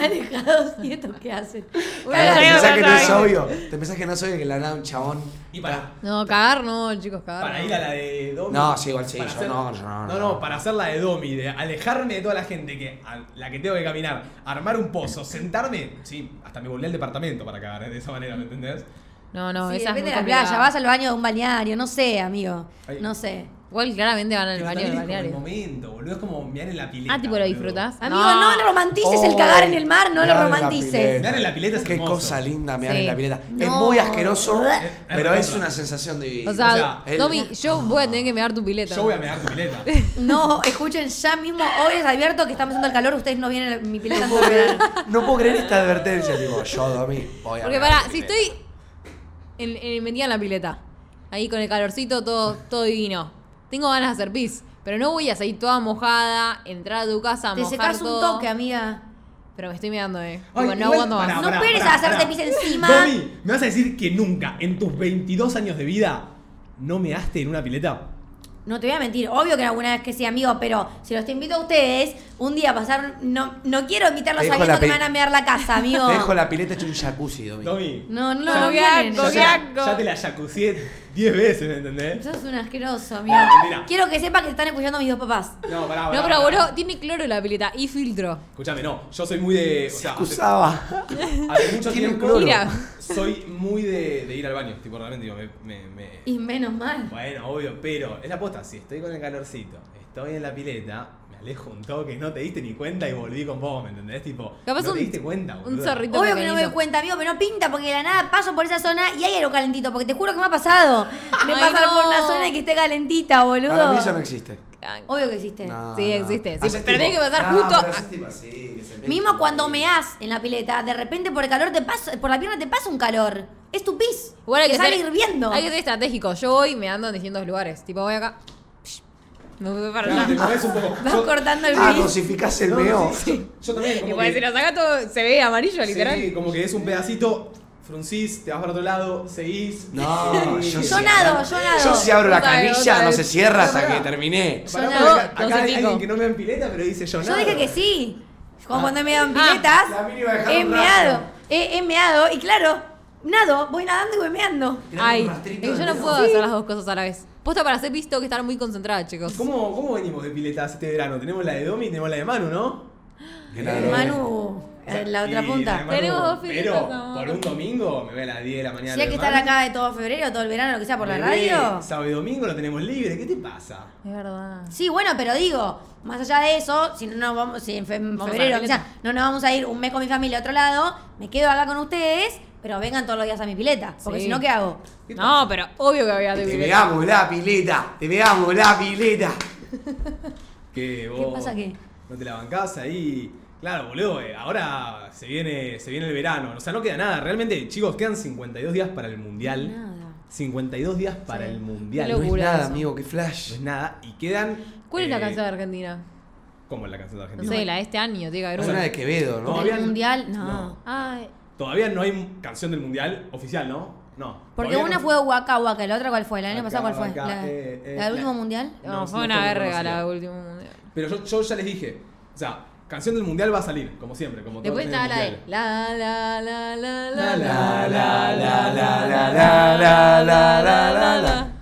D: alejados, y esto qué hacen.
C: Claro, te
B: Ay,
C: pensás
B: ay,
C: que no
B: ay.
C: es obvio. Te pensás que no es obvio que la nada un chabón.
A: Y para.
B: No, cagar no, chicos, cagar.
A: Para
B: no.
A: ir a la de Domi.
C: No, sí, igual sí,
A: para
C: yo no, yo no,
A: No,
C: no.
A: no, para hacer la de Domi, de alejarme de toda la gente que a la que tengo que caminar, armar un pozo, sentarme. Sí, hasta me volví al departamento para cagar ¿eh? de esa manera, ¿me entendés?
B: No, no,
D: Sí,
B: esa es
D: depende
B: muy
D: de la
B: complicada.
D: playa, vas al baño de un balneario, no sé, amigo.
A: Ahí.
D: No sé.
B: Igual claramente van al
A: Pero
B: baño del
A: también es como el
B: balneario.
A: momento, boludo. Es como mirar en la pileta.
B: Ah, tipo, ¿lo
A: boludo.
B: disfrutás?
D: Amigo, no,
B: no.
D: romantices el cagar en el mar, no lo
C: Mear en la
D: romantices.
C: pileta.
A: Mear en la pileta es
C: Qué
A: hermoso.
C: cosa linda mear
B: Sí.
C: en la pileta. Es
D: No.
C: muy asqueroso, pero
A: es
C: es
A: verdad.
C: una sensación divina.
B: O sea,
A: O sea, eh,
C: él-
B: Tommy, yo voy a tener que mear tu pileta.
A: Yo voy a mear tu pileta.
B: (laughs)
D: No, escuchen, ya mismo, hoy les advierto que está empezando el calor, ustedes no vienen a mi pileta
C: (laughs) No puedo
D: antes de
C: creer,
D: verano.
C: no puedo creer esta advertencia. Digo, yo, Domi, voy a.
B: Porque
C: mear en
B: pará,
C: la
B: si
C: pileta.
B: estoy en, en- metida en la pileta, ahí con el calorcito todo, todo divino, tengo ganas de hacer pis, pero no voy a salir toda mojada, entrar a tu casa,
D: Te
B: mojar
D: secas un
B: todo,
D: toque, amiga.
B: Pero me estoy mirando, eh. Tipo,
A: Ay,
B: no
A: igual-
B: aguanto más.
A: pará,
D: No
A: pará,
D: esperes
A: pará,
D: a hacerte
A: pará.
D: pis encima.
A: Domi, ¿me vas a decir que nunca en tus 22 años de vida no measte en una pileta?
D: No te voy a mentir, obvio que alguna vez que sí, amigo, pero si los te invito a ustedes, un día a pasar. No, no quiero invitarlos
C: Te dejo
D: sabiendo
C: la
D: que me
C: pi-
D: van a mear la
C: (laughs)
D: casa, amigo.
C: Te dejo la pileta hecho un jacuzzi, Domi.
A: Domi.
D: No, no,
B: Ya-
D: no, vienen.
B: ya-
A: te
B: ya-
A: la- ya te la jacuzzié 10 veces, ¿me entendés?
D: Sos un asqueroso, amigo.
A: Mirá.
D: Quiero que sepan que están escuchando a mis dos papás.
A: No, pará, pará,
B: No, pero
A: pará.
B: boludo, tiene cloro la pileta y filtro.
A: Escuchame, no, yo soy muy de. O sea, hace,
C: Acusaba.
A: hace mucho
C: Tiene
A: tiempo.
C: cloro.
B: Mira.
A: Soy muy de, de ir al baño, tipo, realmente, digo, me- me- me,
D: Y menos mal.
A: Bueno, obvio, pero es la posta. Si estoy con el calorcito, estoy en la pileta, me alejo un toque, no te diste ni cuenta y volví con vos, ¿me entendés? Tipo,
B: Capaz
A: no
B: un-
A: te diste cuenta,
B: un
A: boludo.
B: zorrito.
D: Obvio que no me
B: pequeñito.
D: doy cuenta, amigo, pero no pinta porque de la nada paso por esa zona y hay algo calentito, porque te juro que me ha pasado. Me
B: Ay,
D: pasar por
B: no.
D: una zona y que esté calentita, boludo.
C: Para mí eso no existe.
D: Obvio que existe.
C: No,
B: Eh, Sí,
C: no.
B: existe, sí,
C: Haces
B: pero
C: tipo-
B: tiene que pasar
C: No,
B: justo
C: pero
B: a-
C: haces tipo así, que se mete
D: Mismo
C: por
D: cuando
C: ahí.
D: meás en la pileta, de repente por el calor te pasa, por la pierna te pasa un calor. Es tu pis.
B: Igual hay
D: te
B: que
D: sale
B: ser-
D: hirviendo.
B: Hay que ser estratégico. Yo voy y me ando en distintos lugares. Tipo, voy acá. psh, Me voy para
A: Claro, te
B: allá.
A: movés un
B: (laughs)
A: poco.
D: (laughs) Vas
A: Yo-
D: cortando el
C: Ah,
D: pis.
C: cosificás el
A: no, no,
C: meo.
A: sí, yo,
D: (laughs)
A: yo también.
B: Y
A: Como
B: pues si
A: que,
B: lo saca todo, se ve amarillo,
A: sí,
B: literal.
A: como que es un pedacito, fruncís, te vas para otro lado, seguís. (laughs)
C: No,
A: seguís.
C: yo
D: Yo
C: sí.
D: nado, yo nado.
C: Yo si abro la
B: Otra vez,
C: canilla,
B: otra
C: no
B: vez.
C: se cierra hasta que terminé.
A: Pará,
B: Yo
A: pará,
B: nado,
A: acá,
B: dos
A: acá
B: y
A: hay alguien
B: pico.
A: que no me en pileta, pero dice yo
D: Yo
A: nada.
D: dije que sí. Como cuando he meado en
B: Ah.
D: piletas,
C: La mini va a dejar
D: he
C: un
D: meado.
C: rastro.
D: He, he meado y claro, nado, voy nadando y voy meando.
B: Ay,
C: Un rastrito
B: es que yo
C: de
B: no
C: dedo.
B: puedo hacer las dos cosas a la vez. Posta para hacer pis tengo que estar muy concentrada, chicos.
A: ¿Cómo, ¿Cómo venimos de piletas este verano? Tenemos la de Domi y tenemos la de Manu, ¿no?
D: Manu, en la otra
A: eh. Y
D: punta.
A: de
B: Tenemos
A: Manu,
B: dos piletas,
A: Pero
B: amor.
A: por un domingo me voy a las 10 de la mañana.
D: Si hay que
A: del
D: estar
A: mar.
D: acá de todo febrero, todo el verano, lo que sea, por la
A: Bebé,
D: radio.
A: Sábado y domingo lo tenemos libre, ¿qué te pasa?
B: Es verdad.
D: Sí, bueno, pero digo, más allá de eso, si no nos vamos, si en fe- en
B: Vamos a
D: febrero
B: la
D: quizás no nos vamos a ir un mes con mi familia a otro lado, me quedo acá con ustedes, pero vengan todos los días a mi pileta, porque
B: Sí.
D: si no, ¿qué hago?
B: No, pero obvio que voy a
C: Te
B: tener
C: pegamos la pileta, te pegamos la
B: (laughs)
C: pileta.
A: Que vos
D: pasa qué?
A: No te la bancás ahí. Claro, boludo, eh, ahora se viene, se viene el verano. O sea, no queda nada. Realmente, chicos, quedan 52 días para el mundial.
D: Nada.
A: 52 días para el mundial.
B: Qué
A: No
C: No
A: es,
C: es
B: locura
C: nada,
B: eso.
C: amigo, qué flash.
A: no es nada. Y quedan.
B: ¿Cuál es la
A: eh,
B: canción de Argentina?
A: ¿Cómo es la canción de
B: No
A: Argentina?
B: sé, la de este año, tiene que haber
C: Es una
B: una.
C: de Quevedo, ¿no?
A: Todavía
D: ¿El
A: no-
D: mundial? No.
A: no.
B: Ay,
A: Todavía no hay canción del mundial oficial, ¿no? No.
D: Porque
A: todavía
D: una
A: no-
D: fue Waka Waka, la otra cuál fue, el año
A: Acá,
D: pasado cuál fue,
A: acá,
D: la,
A: eh, eh,
D: la del último
A: la-
D: mundial.
B: no,
A: No,
B: fue
A: no
B: una
A: fue
B: verga
A: reconocida.
B: la último mundial.
A: Pero yo, yo ya les dije. O sea, canción del mundial va a salir, como siempre. Como todo
B: Después
A: el año
B: estaba la de.
A: mundial.
B: La, la, la, la, la,
C: La,
B: la,
C: la, la, la, la, la, la, la, la, la, la.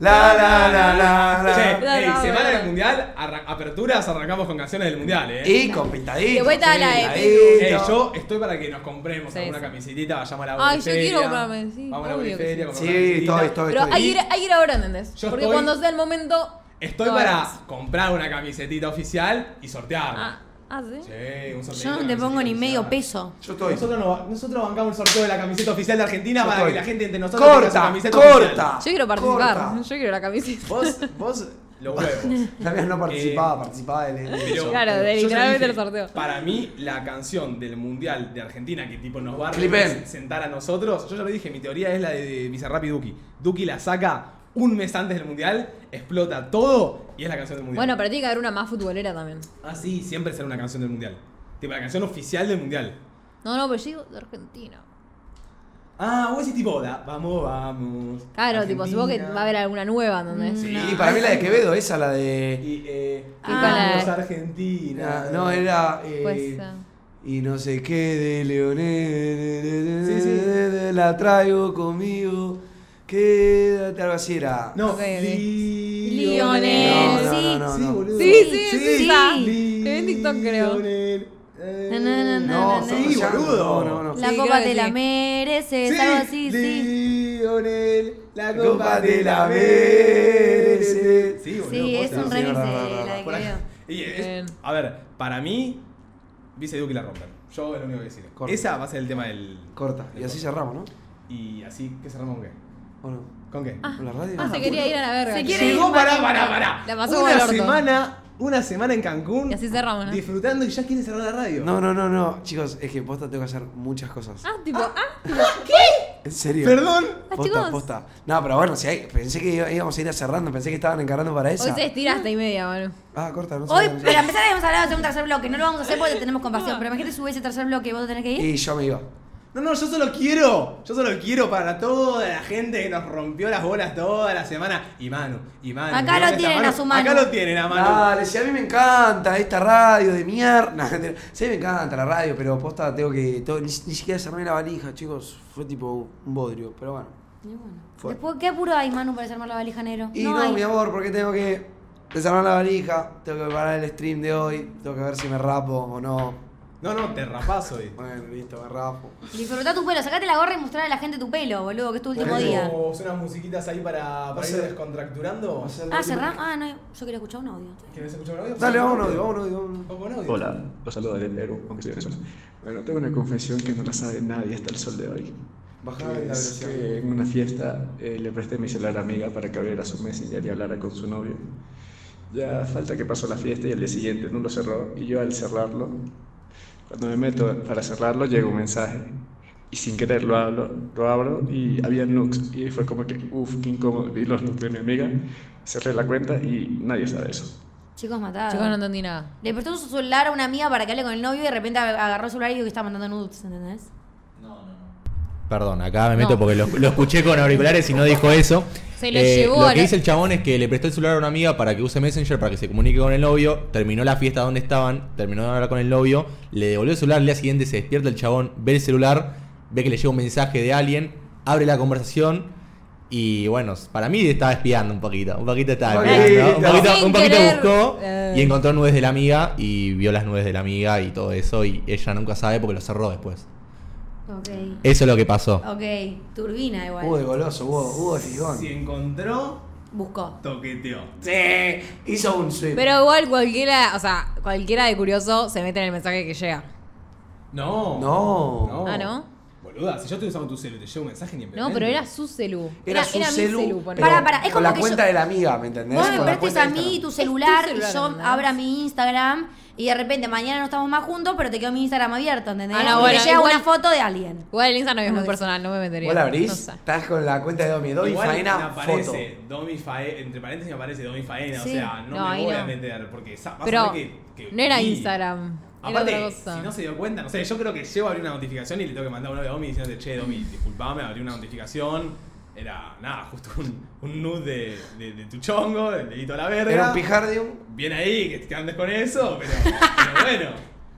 C: La, la, la, la, la.
A: Che,
B: No,
A: ey,
B: no,
A: semana
B: no.
A: del mundial, arra- aperturas arrancamos con canciones del mundial, eh.
C: Y con pintadito.
B: De vuelta a la de
C: pintadito.
A: Ey, yo estoy para que nos compremos
B: Sí,
A: alguna
B: sí.
A: camisita, vayamos a la
B: Ay, yo
A: boliferia.
B: quiero comprarme, sí,
A: Vamos a la
B: obvio que
A: boliferia,
B: sí.
A: compramos una
C: Sí,
A: camisita.
C: estoy, estoy,
B: Pero hay
C: estoy.
B: que ir, hay que ir ahora, ¿entendés?
A: Yo
B: Porque
A: estoy-
B: cuando sea el momento.
A: Estoy
B: lo
A: para
B: hagas.
A: comprar una camisetita oficial y sortear.
B: Ah, ah, sí.
A: Sí, un sorteo.
D: Yo no te pongo ni medio peso.
C: Yo estoy.
A: Nosotros, no- nosotros bancamos el sorteo de la camiseta oficial de Argentina
C: Yo
A: para
C: estoy.
A: que la gente entre nosotros tenga su
C: Corta,
A: camiseta
C: corta.
B: Yo quiero participar.
C: Corta.
B: Yo quiero la camiseta.
A: oficial.
C: (laughs)
A: Vos, vos, los huevos.
C: También no participaba, participaba del- del
A: Pero-
C: sorteo.
B: Claro, de
A: Yo ya
B: literalmente
A: dije,
B: el sorteo.
A: Para mí, la canción del Mundial de Argentina que tipo nos va a
C: Clipen.
A: representar a nosotros, yo ya lo dije, mi teoría es la de Bizarrap y Duki. Duki la saca un mes antes del Mundial, explota todo y es la canción del Mundial.
B: Bueno, pero tiene que haber una más futbolera también.
A: Ah, sí, siempre será una canción del Mundial. Tipo, la canción oficial del Mundial.
B: No, no, pero yo digo de Argentina.
A: Ah, vos decís tipo, la- vamos, vamos.
B: Claro, tipo, supongo que
A: Argentina.
B: va a haber alguna nueva, ¿entendés?
A: Sí.
C: Y para mí la de Quevedo, esa la de.
A: Y, eh,
B: Ah.
A: vamos Argentina.
C: No, era. eh,
B: Pues, ah.
C: Y no sé qué de Leonel.
A: Sí, sí.
C: La traigo conmigo. Quédate, algo así era.
A: No,
B: Ok, ok.
A: Lionel.
C: no,
D: sí.
C: no, no, no.
A: boludo.
B: Sí, sí, es
A: sí.
B: esa.
A: Lionel.
B: Te vi en TikTok, creo.
D: Na, na, na, na,
C: No,
D: na,
C: no,
A: sí,
C: no,
A: boludo.
C: no, no, no.
D: La
B: Sí,
D: copa
B: creo que
D: te la
B: sí.
D: mereces, algo así, sí.
A: Lionel, la
C: Copa de la
A: mereces.
C: mereces.
A: Sí, boludo,
D: Sí, es un
A: posta.
C: Sí,
D: remix
C: verdad,
D: de
C: verdad,
D: la de
A: Por ahí-
D: Creo.
A: y es-
B: Bien.
A: a ver, para mí, Vice Duque la rompen. Yo es lo único que decir.
C: Corta.
A: Esa va a ser el tema del.
C: Corta. Y así cerramos, ¿no?
A: Y así, ¿qué cerramos con qué?
C: ¿O no?
A: ¿Con qué?
C: ¿Con la radio?
B: Ah, se quería ir a la verga.
D: Se quiere ir.
A: Llegó,
D: Mati.
A: pará, pará, pará.
B: La pasó como el
A: una
B: orto.
A: semana, una semana en Cancún.
B: Y así cerramos, ¿no?
A: Disfrutando y ya quiere cerrar la radio.
C: No, no, no, no. Chicos, es que posta tengo que hacer muchas cosas.
B: Ah, tipo, ah,
C: En serio.
A: Perdón.
B: Ah, chicos.
C: Posta, posta. No, pero bueno, si hay- pensé que iba- íbamos a ir a cerrando, pensé que estaban encarando para
B: hoy
C: esa.
B: se estira hasta y media, Manu.
C: Ah, corta, no sé.
D: Hoy, para empezar, habíamos hablado de hacer un tercer bloque. No lo vamos a hacer porque tenemos compasión. Pero imagínate si hubiese tercer bloque y vos tenés que ir.
C: Y yo me iba.
A: No, no, yo solo quiero, yo solo quiero para toda la gente que nos rompió las bolas toda la semana. Y Manu, y Manu.
D: Acá
A: ¿no?
D: lo
A: Esta
D: tienen a su Manu.
A: Acá lo tienen a Manu.
C: Dale, si a mí me encanta esta radio de (laughs) mierda. Nah, mentira. Sí, me encanta la radio, pero posta, tengo que. tengo- ni, ni siquiera cerré la valija, chicos. Fue tipo un bodrio, pero bueno. Fue.
D: Después, ¿qué apuro hay, Manu, para desarmar la valija negro?
C: Y no,
D: hay.
C: mi amor, porque tengo que desarmar la valija, tengo que preparar el stream de hoy, tengo que ver si me rapo o no.
A: No, no, te rapás hoy.
C: Bueno, listo, me rapo.
D: Disfrutá tu pelo, sacate la gorra y mostrá a la gente tu pelo, boludo, que es tu último
A: Ponés
D: día.
A: como unas musiquitas ahí para, para ir
C: ser-
A: descontracturando.
D: Ah, cerrá. Ah, no, yo quería escuchar un audio.
A: ¿Querés escuchar un audio?
C: Dale, vamos, audio, vamos, audio, vamos.
A: Vamos con audio.
J: Hola, los saludo de Perú, aunque estoy en Venezuela. Bueno, tengo una confesión que no la sabe nadie hasta el sol de hoy.
C: Bajá la
J: Que es
C: velocidad.
J: que en una fiesta eh, le presté mi celular a amiga para que abriera su messenger y hablara con su novio. Ya falta que pasó la fiesta y el día siguiente no lo cerró. Y yo al cerrarlo, cuando me meto para cerrarlo, llega un mensaje. Y sin querer lo, hablo, lo abro y había nukes. Y fue como que, uff, qué incómodo. Vi los nukes de mi amiga, cerré la cuenta y nadie sabe eso.
D: Chicos, matados.
B: Chicos, no entendí nada.
D: Le prestó su celular a una amiga para que hable con el novio y de repente agarró el celular y dijo que estaba mandando nudes, ¿entendés?
K: Perdón, acá me meto
B: No.
K: porque lo, lo escuché con auriculares y no dijo eso. Eh,
B: Se lo llevó a
K: Lo
B: la-
K: que dice el chabón es que le prestó el celular a una amiga para que use Messenger, para que se comunique con el novio. Terminó la fiesta donde estaban, terminó de hablar con el novio, le devolvió el celular. Al día siguiente se despierta el chabón, ve el celular, ve que le llega un mensaje de alguien, abre la conversación. Y bueno, para mí estaba espiando un poquito. Un poquito estaba
C: Poquito.
K: espiando. Un poquito,
B: Sin
K: un poquito
B: querer.
K: buscó
B: Eh.
K: y encontró nubes de la amiga y vio las nubes de la amiga y todo eso. Y ella nunca sabe porque lo cerró después.
D: Ok.
K: Eso es lo que pasó.
D: Ok, turbina igual.
C: Hubo de goloso, hubo, hubo de fijón.
A: Si encontró,
D: Buscó.
A: toqueteó.
C: Sí, hizo un sweep.
B: Pero igual cualquiera, o sea, cualquiera de curioso se mete en el mensaje que llega.
A: No.
C: No.
B: Ah, ¿no?
A: Boluda, si yo estoy usando tu celu y te llega un mensaje ni en
B: No,
A: pedo
B: pero
A: entro.
B: era su celu.
C: Era, su
B: mi
C: celu,
B: ponele.
C: pero
D: Pará, pará, es
C: con
D: como
C: la
D: que
C: cuenta
D: yo-
C: de la amiga, ¿me entendés?
D: Vos
C: Con
D: me
C: la
D: prestes
C: cuenta
D: a
C: de
D: mí
C: Instagram.
D: tu
B: Es tu
D: celular,
B: celular,
D: y yo
B: ¿entendés?
D: abra mi Instagram y de repente mañana no estamos más juntos, pero te quedo mi Instagram abierto, ¿entendés?
B: Ah, no,
D: Y te
B: bueno,
D: llega
B: igual-
D: una foto de alguien.
B: Igual el Instagram es
D: No
B: muy
D: lo
B: personal, no me metería.
C: ¿Vos la
B: No
C: abrís?
B: sé.
C: Estás con la cuenta de Domi. Domi
A: Igual me
C: Faena, foto.
A: aparece Domi Faena, entre paréntesis me aparece Domi Faena,
D: Sí.
A: o sea, no,
B: No,
A: me
B: ahí
A: voy
B: no.
A: a meter porque sa- vas a
B: Pero
A: ver que- que
B: no era
A: vi.
B: Instagram.
A: Aparte,
B: era otra cosa.
A: si no se dio cuenta, no sé, yo creo que llego a abrir una notificación y le tengo que mandar un audio a Domi diciéndote, che, Domi, disculpame, abrí una notificación. Era, nada, justo un, un nude de, de, de tu chongo, el dedito a la verga.
C: Era un pijardium.
A: Bien ahí, que te andes con eso, pero, pero bueno,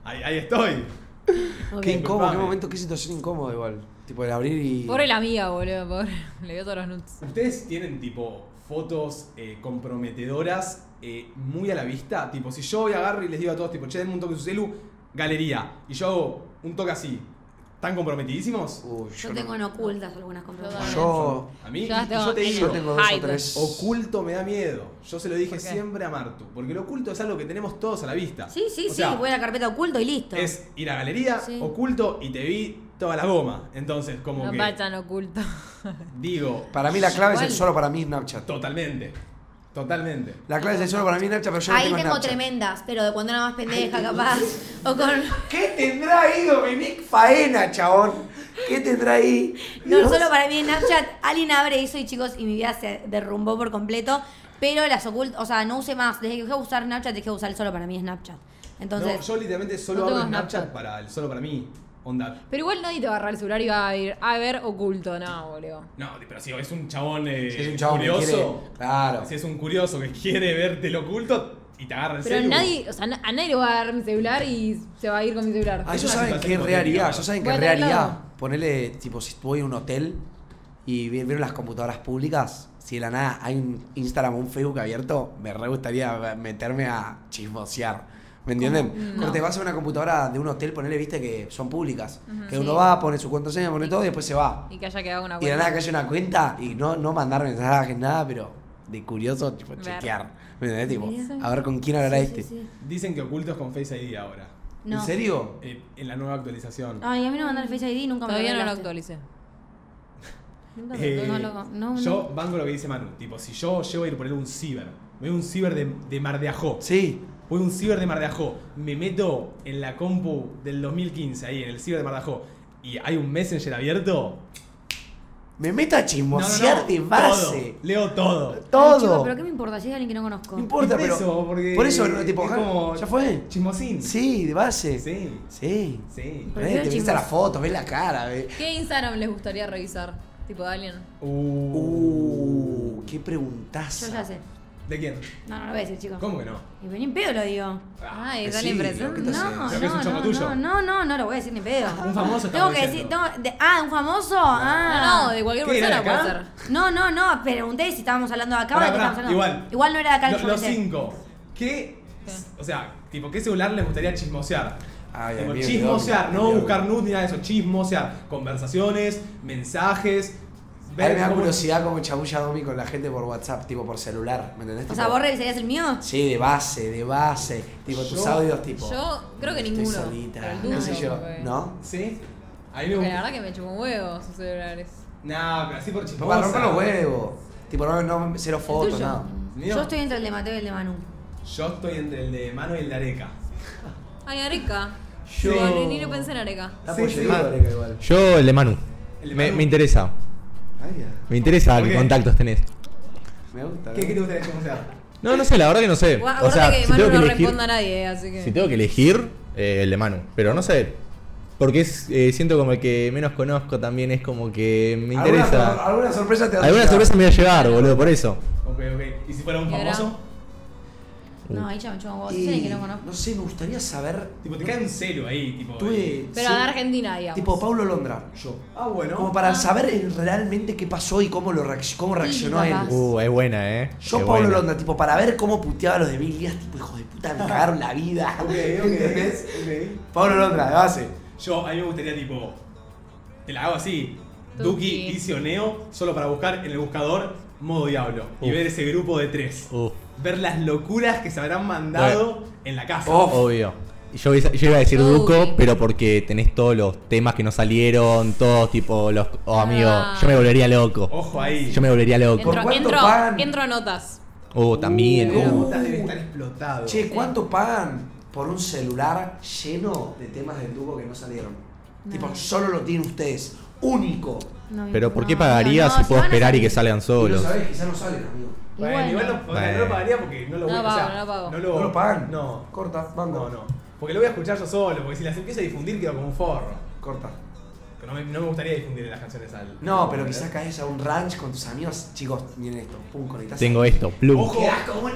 A: ahí, ahí estoy.
C: Qué incómodo, qué
A: Disculpame.
C: momento, qué situación incómoda igual. Tipo, el abrir y...
B: Pobre la amiga, boludo, pobre. (laughs) Le dio todos los nuts.
A: ¿Ustedes tienen tipo fotos eh, comprometedoras eh, muy a la vista? Tipo, si yo voy agarro y les digo a todos, tipo, che, denme un toque de su celu, galería. Y yo hago un toque así. ¿Están comprometidísimos?
D: Yo,
C: Uy, yo, no.
D: tengo en ocultas algunas comprobaciones.
C: Yo,
A: A mí,
B: Ya
A: y yo
B: tengo-
A: te
B: en
A: digo,
C: yo tengo dos o
B: Hide.
C: tres...
A: oculto me da miedo. Yo se lo dije
B: ¿Por qué?
A: siempre a Martu. Porque lo oculto es algo que tenemos todos a la vista.
D: Sí, sí,
A: O
D: sí,
A: sea,
D: voy a la carpeta oculto y listo.
A: Es ir a galería,
D: Sí.
A: oculto, y te vi toda la goma. Entonces, como
B: No
A: que
B: va tan oculto. (laughs)
A: digo,
C: Para mí la clave es el
B: Igual.
C: solo para mí Snapchat.
A: totalmente. Totalmente.
C: La clave es el solo para mí Snapchat, pero yo no
D: Ahí
C: tengo
D: tengo
C: Snapchat.
D: tremendas, pero de cuando era más pendeja, capaz. O con.
C: ¿Qué tendrá ahí Dominic Faena, chabón? ¿Qué tendrá ahí?
D: No,
C: Dios.
D: solo para mí en Snapchat, alguien abre eso y chicos, y mi vida se derrumbó por completo. Pero las ocultas, o sea, no usé más. Desde que dejé de usar Snapchat, dejé de usar el solo para mí Snapchat. Entonces,
A: no, yo literalmente solo
B: no
A: abro
B: tengo
A: Snapchat,
B: Snapchat.
A: para el solo para mí. Onda.
B: Pero igual nadie te va a agarrar el celular y va a ir a ver oculto, no, boludo.
A: No, pero si es un chabón, eh,
C: Si es un chabón que
A: curioso.
C: quiere- claro.
A: Si es un curioso que quiere verte lo oculto y te agarra el
B: Pero
A: celu.
B: nadie, o sea, na- a nadie le voy a agarrar mi celular y se va a ir con mi celular.
C: Ah,
A: Es
C: yo
A: una
C: saben
A: situación
C: qué re haría,
A: cotidiana.
C: yo saben qué
B: Bueno,
C: re haría.
B: claro.
C: Ponerle, tipo, si voy a un hotel y vi- vieron las computadoras públicas, si de la nada hay un Instagram o un Facebook abierto, me re gustaría meterme a chismosear. ¿Me entienden?
D: ¿Cómo? No.
C: Corte, vas a una computadora de un hotel, ponele, viste, que son públicas.
B: Ujú.
C: que
B: Sí.
C: uno va, pone su contraseña, pone todo y después se va.
B: Y que haya quedado
D: Ah,
B: una
C: Y de
B: cuenta.
C: la nada que haya una cuenta y no, no mandar mensajes, nada, pero de curioso, tipo,
B: Ver.
C: chequear. ¿Me entendés?
D: Sí.
C: Tipo, a ver con quién hablará
D: Sí,
C: este.
D: sí, sí.
A: Dicen que ocultos con Face ID ahora.
D: No.
C: ¿En serio?
A: Eh, en la nueva actualización.
D: Ay, a mí no me mandan el Face ID, nunca
B: Todavía
D: me
B: no lo
D: regalaste.
B: actualicé.
D: Nunca me-
A: Eh,
D: no lo- no, no.
A: yo banco lo que dice Manu. Tipo, si yo llego a ir por un ciber, voy a un ciber de, de Mar de Ajó.
C: Sí.
A: Voy a un ciber de Mar de Ajó, me meto en la compu del 2015, ahí en el ciber de Mar de Ajó, y hay un Messenger abierto.
C: Me meto a
A: No, no,
C: chismosear
A: no,
C: de base.
A: todo. Leo todo.
C: Todo.
D: Ay, chico, pero ¿qué me importa? Si es alguien que no conozco.
C: No importa,
A: Y por
C: pero.
A: eso, porque
C: por eso, no, tipo,
A: es
C: ja,
A: como-
C: ¿ya fue?
A: Chismosín.
C: Sí, de base. Sí.
A: Sí.
C: Sí.
A: Sí.
D: Pero
C: Eh,
D: si
C: te
D: era
C: ves
D: chismos-
C: las fotos, ves la cara, ves.
B: ¿Qué Instagram les gustaría revisar? Tipo de alguien.
C: Uh, qué
D: Yo
C: preguntaza.
D: ya sé.
A: ¿De quién?
D: No, no lo voy a decir, chicos.
A: ¿Cómo que no?
D: Y pero ni en pedo lo digo.
A: Ah,
B: Ay, da
C: sí,
B: la impresión.
C: lo que te
B: No.
C: hace-
D: No,
A: Creo que es un
D: no,
A: chongo
D: no,
A: tuyo.
D: no, no, no, no lo voy a decir ni en pedo.
A: Un famoso
D: Tengo
A: estamos
D: que decir,
A: diciendo.
D: tengo- de- ah, un famoso. Ah,
B: No, no, de cualquier
A: ¿Qué era
B: persona
A: de
B: puede
A: acá?
B: ser.
D: No, no, no, pregunté si estábamos hablando de acá o de
A: Pará,
D: qué
A: pará,
D: estábamos hablando.
A: igual.
D: no era de acá el
A: Lo-
D: que yo
A: los
D: pensé.
A: cinco. ¿Qué? O sea, tipo, ¿qué celular les gustaría chismosear?
C: Ay,
A: Tipo,
C: a mí me
A: chismosear,
C: olvidó,
A: no
C: me
A: buscar
C: olvidó.
A: nudes ni nada de eso. Chismosear. Conversaciones, mensajes.
C: A mí me da
A: cómo-
C: curiosidad cómo chabulla Domi con la gente por WhatsApp, tipo por celular. ¿Me entendés?
D: O sea,
C: Tipo,
D: ¿vos revisarías el mío?
C: Sí, de base, de base. Tipo, tus
A: Yo-
C: audios, tipo.
B: Yo creo que
C: estoy
B: ninguno.
C: solita,
B: pero el
C: no sé
B: tuyo,
C: yo.
B: porque-
C: ¿No?
A: ¿Sí? A
B: Porque
A: mí me
B: la
A: gusta.
B: verdad que me chupó un huevo sus celulares.
A: Nah, pero así por
C: Tipo,
A: chismosa.
C: para romper los huevos. Tipo, no, no cero fotos,
B: tuyo?
C: nada.
A: Mío,
D: Yo estoy entre el de Mateo y el de Manu.
A: yo estoy entre el de mano y el de areca.
B: Ay, Areca.
A: Yo-
B: Ni- Ni lo pensé en Areca.
C: Está
A: Sí,
C: pollerito,
A: sí.
C: Areca, igual.
K: Yo, el de Manu.
A: El de
K: Me,
A: Manu.
K: me interesa.
C: Ay, ya.
K: Me interesa
A: ¿Por
K: qué
A: qué?
K: contactos tenés.
C: Me gusta.
A: ¿Qué,
C: ¿no?
A: qué te gustaría chismosear?
K: No, no sé, la verdad que no sé.
B: Gua-
K: O
B: Acuérdate
K: sea,
B: que
K: si
B: Manu
K: tengo que
B: no
K: elegir,
B: responde a nadie, eh, así que.
K: si tengo que elegir eh, el de Manu. Pero no sé. Porque es, eh, siento como el que menos conozco también. Es como que me
C: ¿Alguna sor-
K: interesa.
C: ¿Alguna sorpresa te va a
K: Alguna
C: llegar?
K: sorpresa me voy a llevar, boludo, por eso.
A: Ok, ok. ¿Y si fuera un
B: ¿Y ahora?
A: famoso?
D: No, ahí ya me chupó un huevo.
C: Y-
D: Sí, alguien que no conozco.
C: No sé, me gustaría saber.
A: Tipo, te cae un celo ahí, tipo. eh.
C: Tuve.
B: Pero
C: sí,
B: de Argentina, digamos.
C: Tipo, Paulo Londra.
A: Yo. Ah, bueno.
C: Como para saber el- realmente qué pasó y cómo, lo reacc- cómo reaccionó a él.
D: capaz.
K: Uh, es buena, eh.
C: Yo,
K: es
C: Pablo
K: buena.
C: Londra, tipo, para ver cómo puteaba a los de Bill Díaz, tipo, hijos de puta, me cagaron la vida.
A: (laughs) Ok,
C: (laughs)
A: ok.
C: ¿Entendés?
A: ok.
C: Pablo Londra, de base.
A: Yo, a mí me gustaría, tipo, te la hago así:
B: Duki.
A: Duki dice Oneo, solo para buscar en el buscador modo diablo y
K: Uf.
A: ver ese grupo de tres.
K: Uh,
A: Ver las locuras que se habrán mandado en la casa.
K: obvio. (laughs) Yo, iba- yo iba a decir
B: Uy.
K: Duco, pero porque tenés todos los temas que no salieron, todos tipo los... Oh, amigo, yo me volvería loco.
A: Ojo ahí.
K: Yo me volvería loco.
C: ¿Por
B: Entro,
C: cuánto
B: entro,
C: pagan?
B: entro a notas.
K: Uh, también.
A: Las
K: uh.
A: notas deben estar explotado.
C: Che, ¿cuánto pagan por un celular lleno de temas del tubo que no salieron? Tipo, solo lo tienen ustedes. Único.
D: No, mi-
K: Pero ¿por qué
D: no, no,
K: pagaría
D: no,
K: si puedo
D: van a
K: esperar y
D: salir.
K: que salgan
C: Y lo
K: solos?
C: sabés, quizás no salen, amigo.
A: Bueno,
D: Igual
A: igual no,
D: no.
A: o sea, no lo pagaría porque no
B: No
A: lo voy a
B: pago,
A: o sea,
B: no pago.
A: lo,
C: ¿No lo pagan?
A: No.
C: Corta, banco.
A: No, no. Porque lo voy a escuchar yo solo, porque si las empiezo a difundir quedo como un forro.
C: Corta.
A: Que No me, no me gustaría difundir las canciones al.
C: No, pero quizás caes a un ranch con tus amigos. Chicos, miren esto. Pum, conectás.
K: Tengo esto, Plum.
A: Ojo,
C: Quedás como un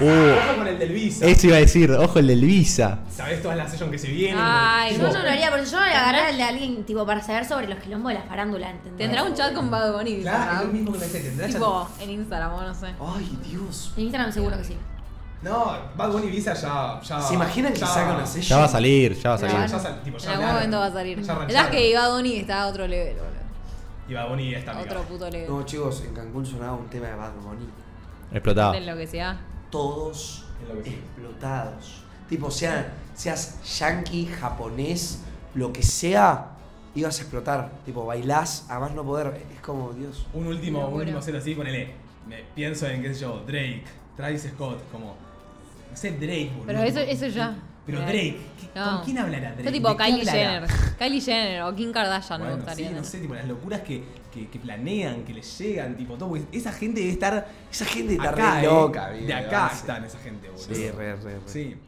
K: Uh,
A: ojo con el del Visa.
K: eso iba a decir, ojo el del Visa.
A: Sabés todas las sessions que se vienen.
B: Ay,
A: Tipo,
D: Yo no lo haría, pero yo le agarré el de alguien, tipo, para saber sobre los quilombos de la farándula, ¿entendés?
B: Tendrá un chat con Bad Bunny.
A: Claro, es lo
B: ¿verdad?
A: mismo que pensé, tendrás
B: Tipo, en Instagram, o no sé.
C: Ay, Dios.
D: En Instagram seguro que sí.
A: No, Bad Bunny y Visa ya, ya.
C: ¿Se imaginan que
A: ya-
C: saca una
K: Ya
C: sesión?
K: va a salir, ya va a
A: Ya,
K: salir.
A: ya sal- tipo,
B: En
A: ya
B: algún
A: hablaron,
B: momento va a salir.
A: ya
B: Es
A: rancharon.
B: que Bad Bunny está a otro level, boludo.
A: Y Bad Bunny está
B: A
A: picado.
B: Otro puto level.
C: No, chicos, en Cancún sonaba un tema de Bad Bunny.
K: Explotado.
B: De lo que sea.
C: Todos
A: Enloquecidos.
C: explotados. Tipo, sea, seas yankee, japonés, lo que sea, ibas a explotar. Tipo, bailás, a más no poder. Es como, Dios.
A: Un último, un
B: Locura.
A: último cero así, ponele. Me pienso en, qué sé yo, Drake, Travis Scott, como. No sé, Drake, boludo.
B: Pero eso, eso ya.
A: Pero
B: Mira.
A: Drake, ¿qué-
B: No.
A: ¿con quién hablará Drake?
B: Yo
A: ¿De
B: tipo
A: qué
B: Kylie
A: hablará?
B: Jenner. Kylie Jenner o Kim Kardashian me
A: Bueno,
B: gustaría.
A: sí, no
B: tener.
A: sé, tipo las locuras que, que, que planean, que les llegan, tipo todo. porque Esa gente debe estar
C: Esa gente está
A: acá,
C: re
A: eh.
C: loca,
A: De
C: vive,
A: acá
C: base.
A: están esa gente, boludo.
C: Sí, re, re, re.
A: Sí.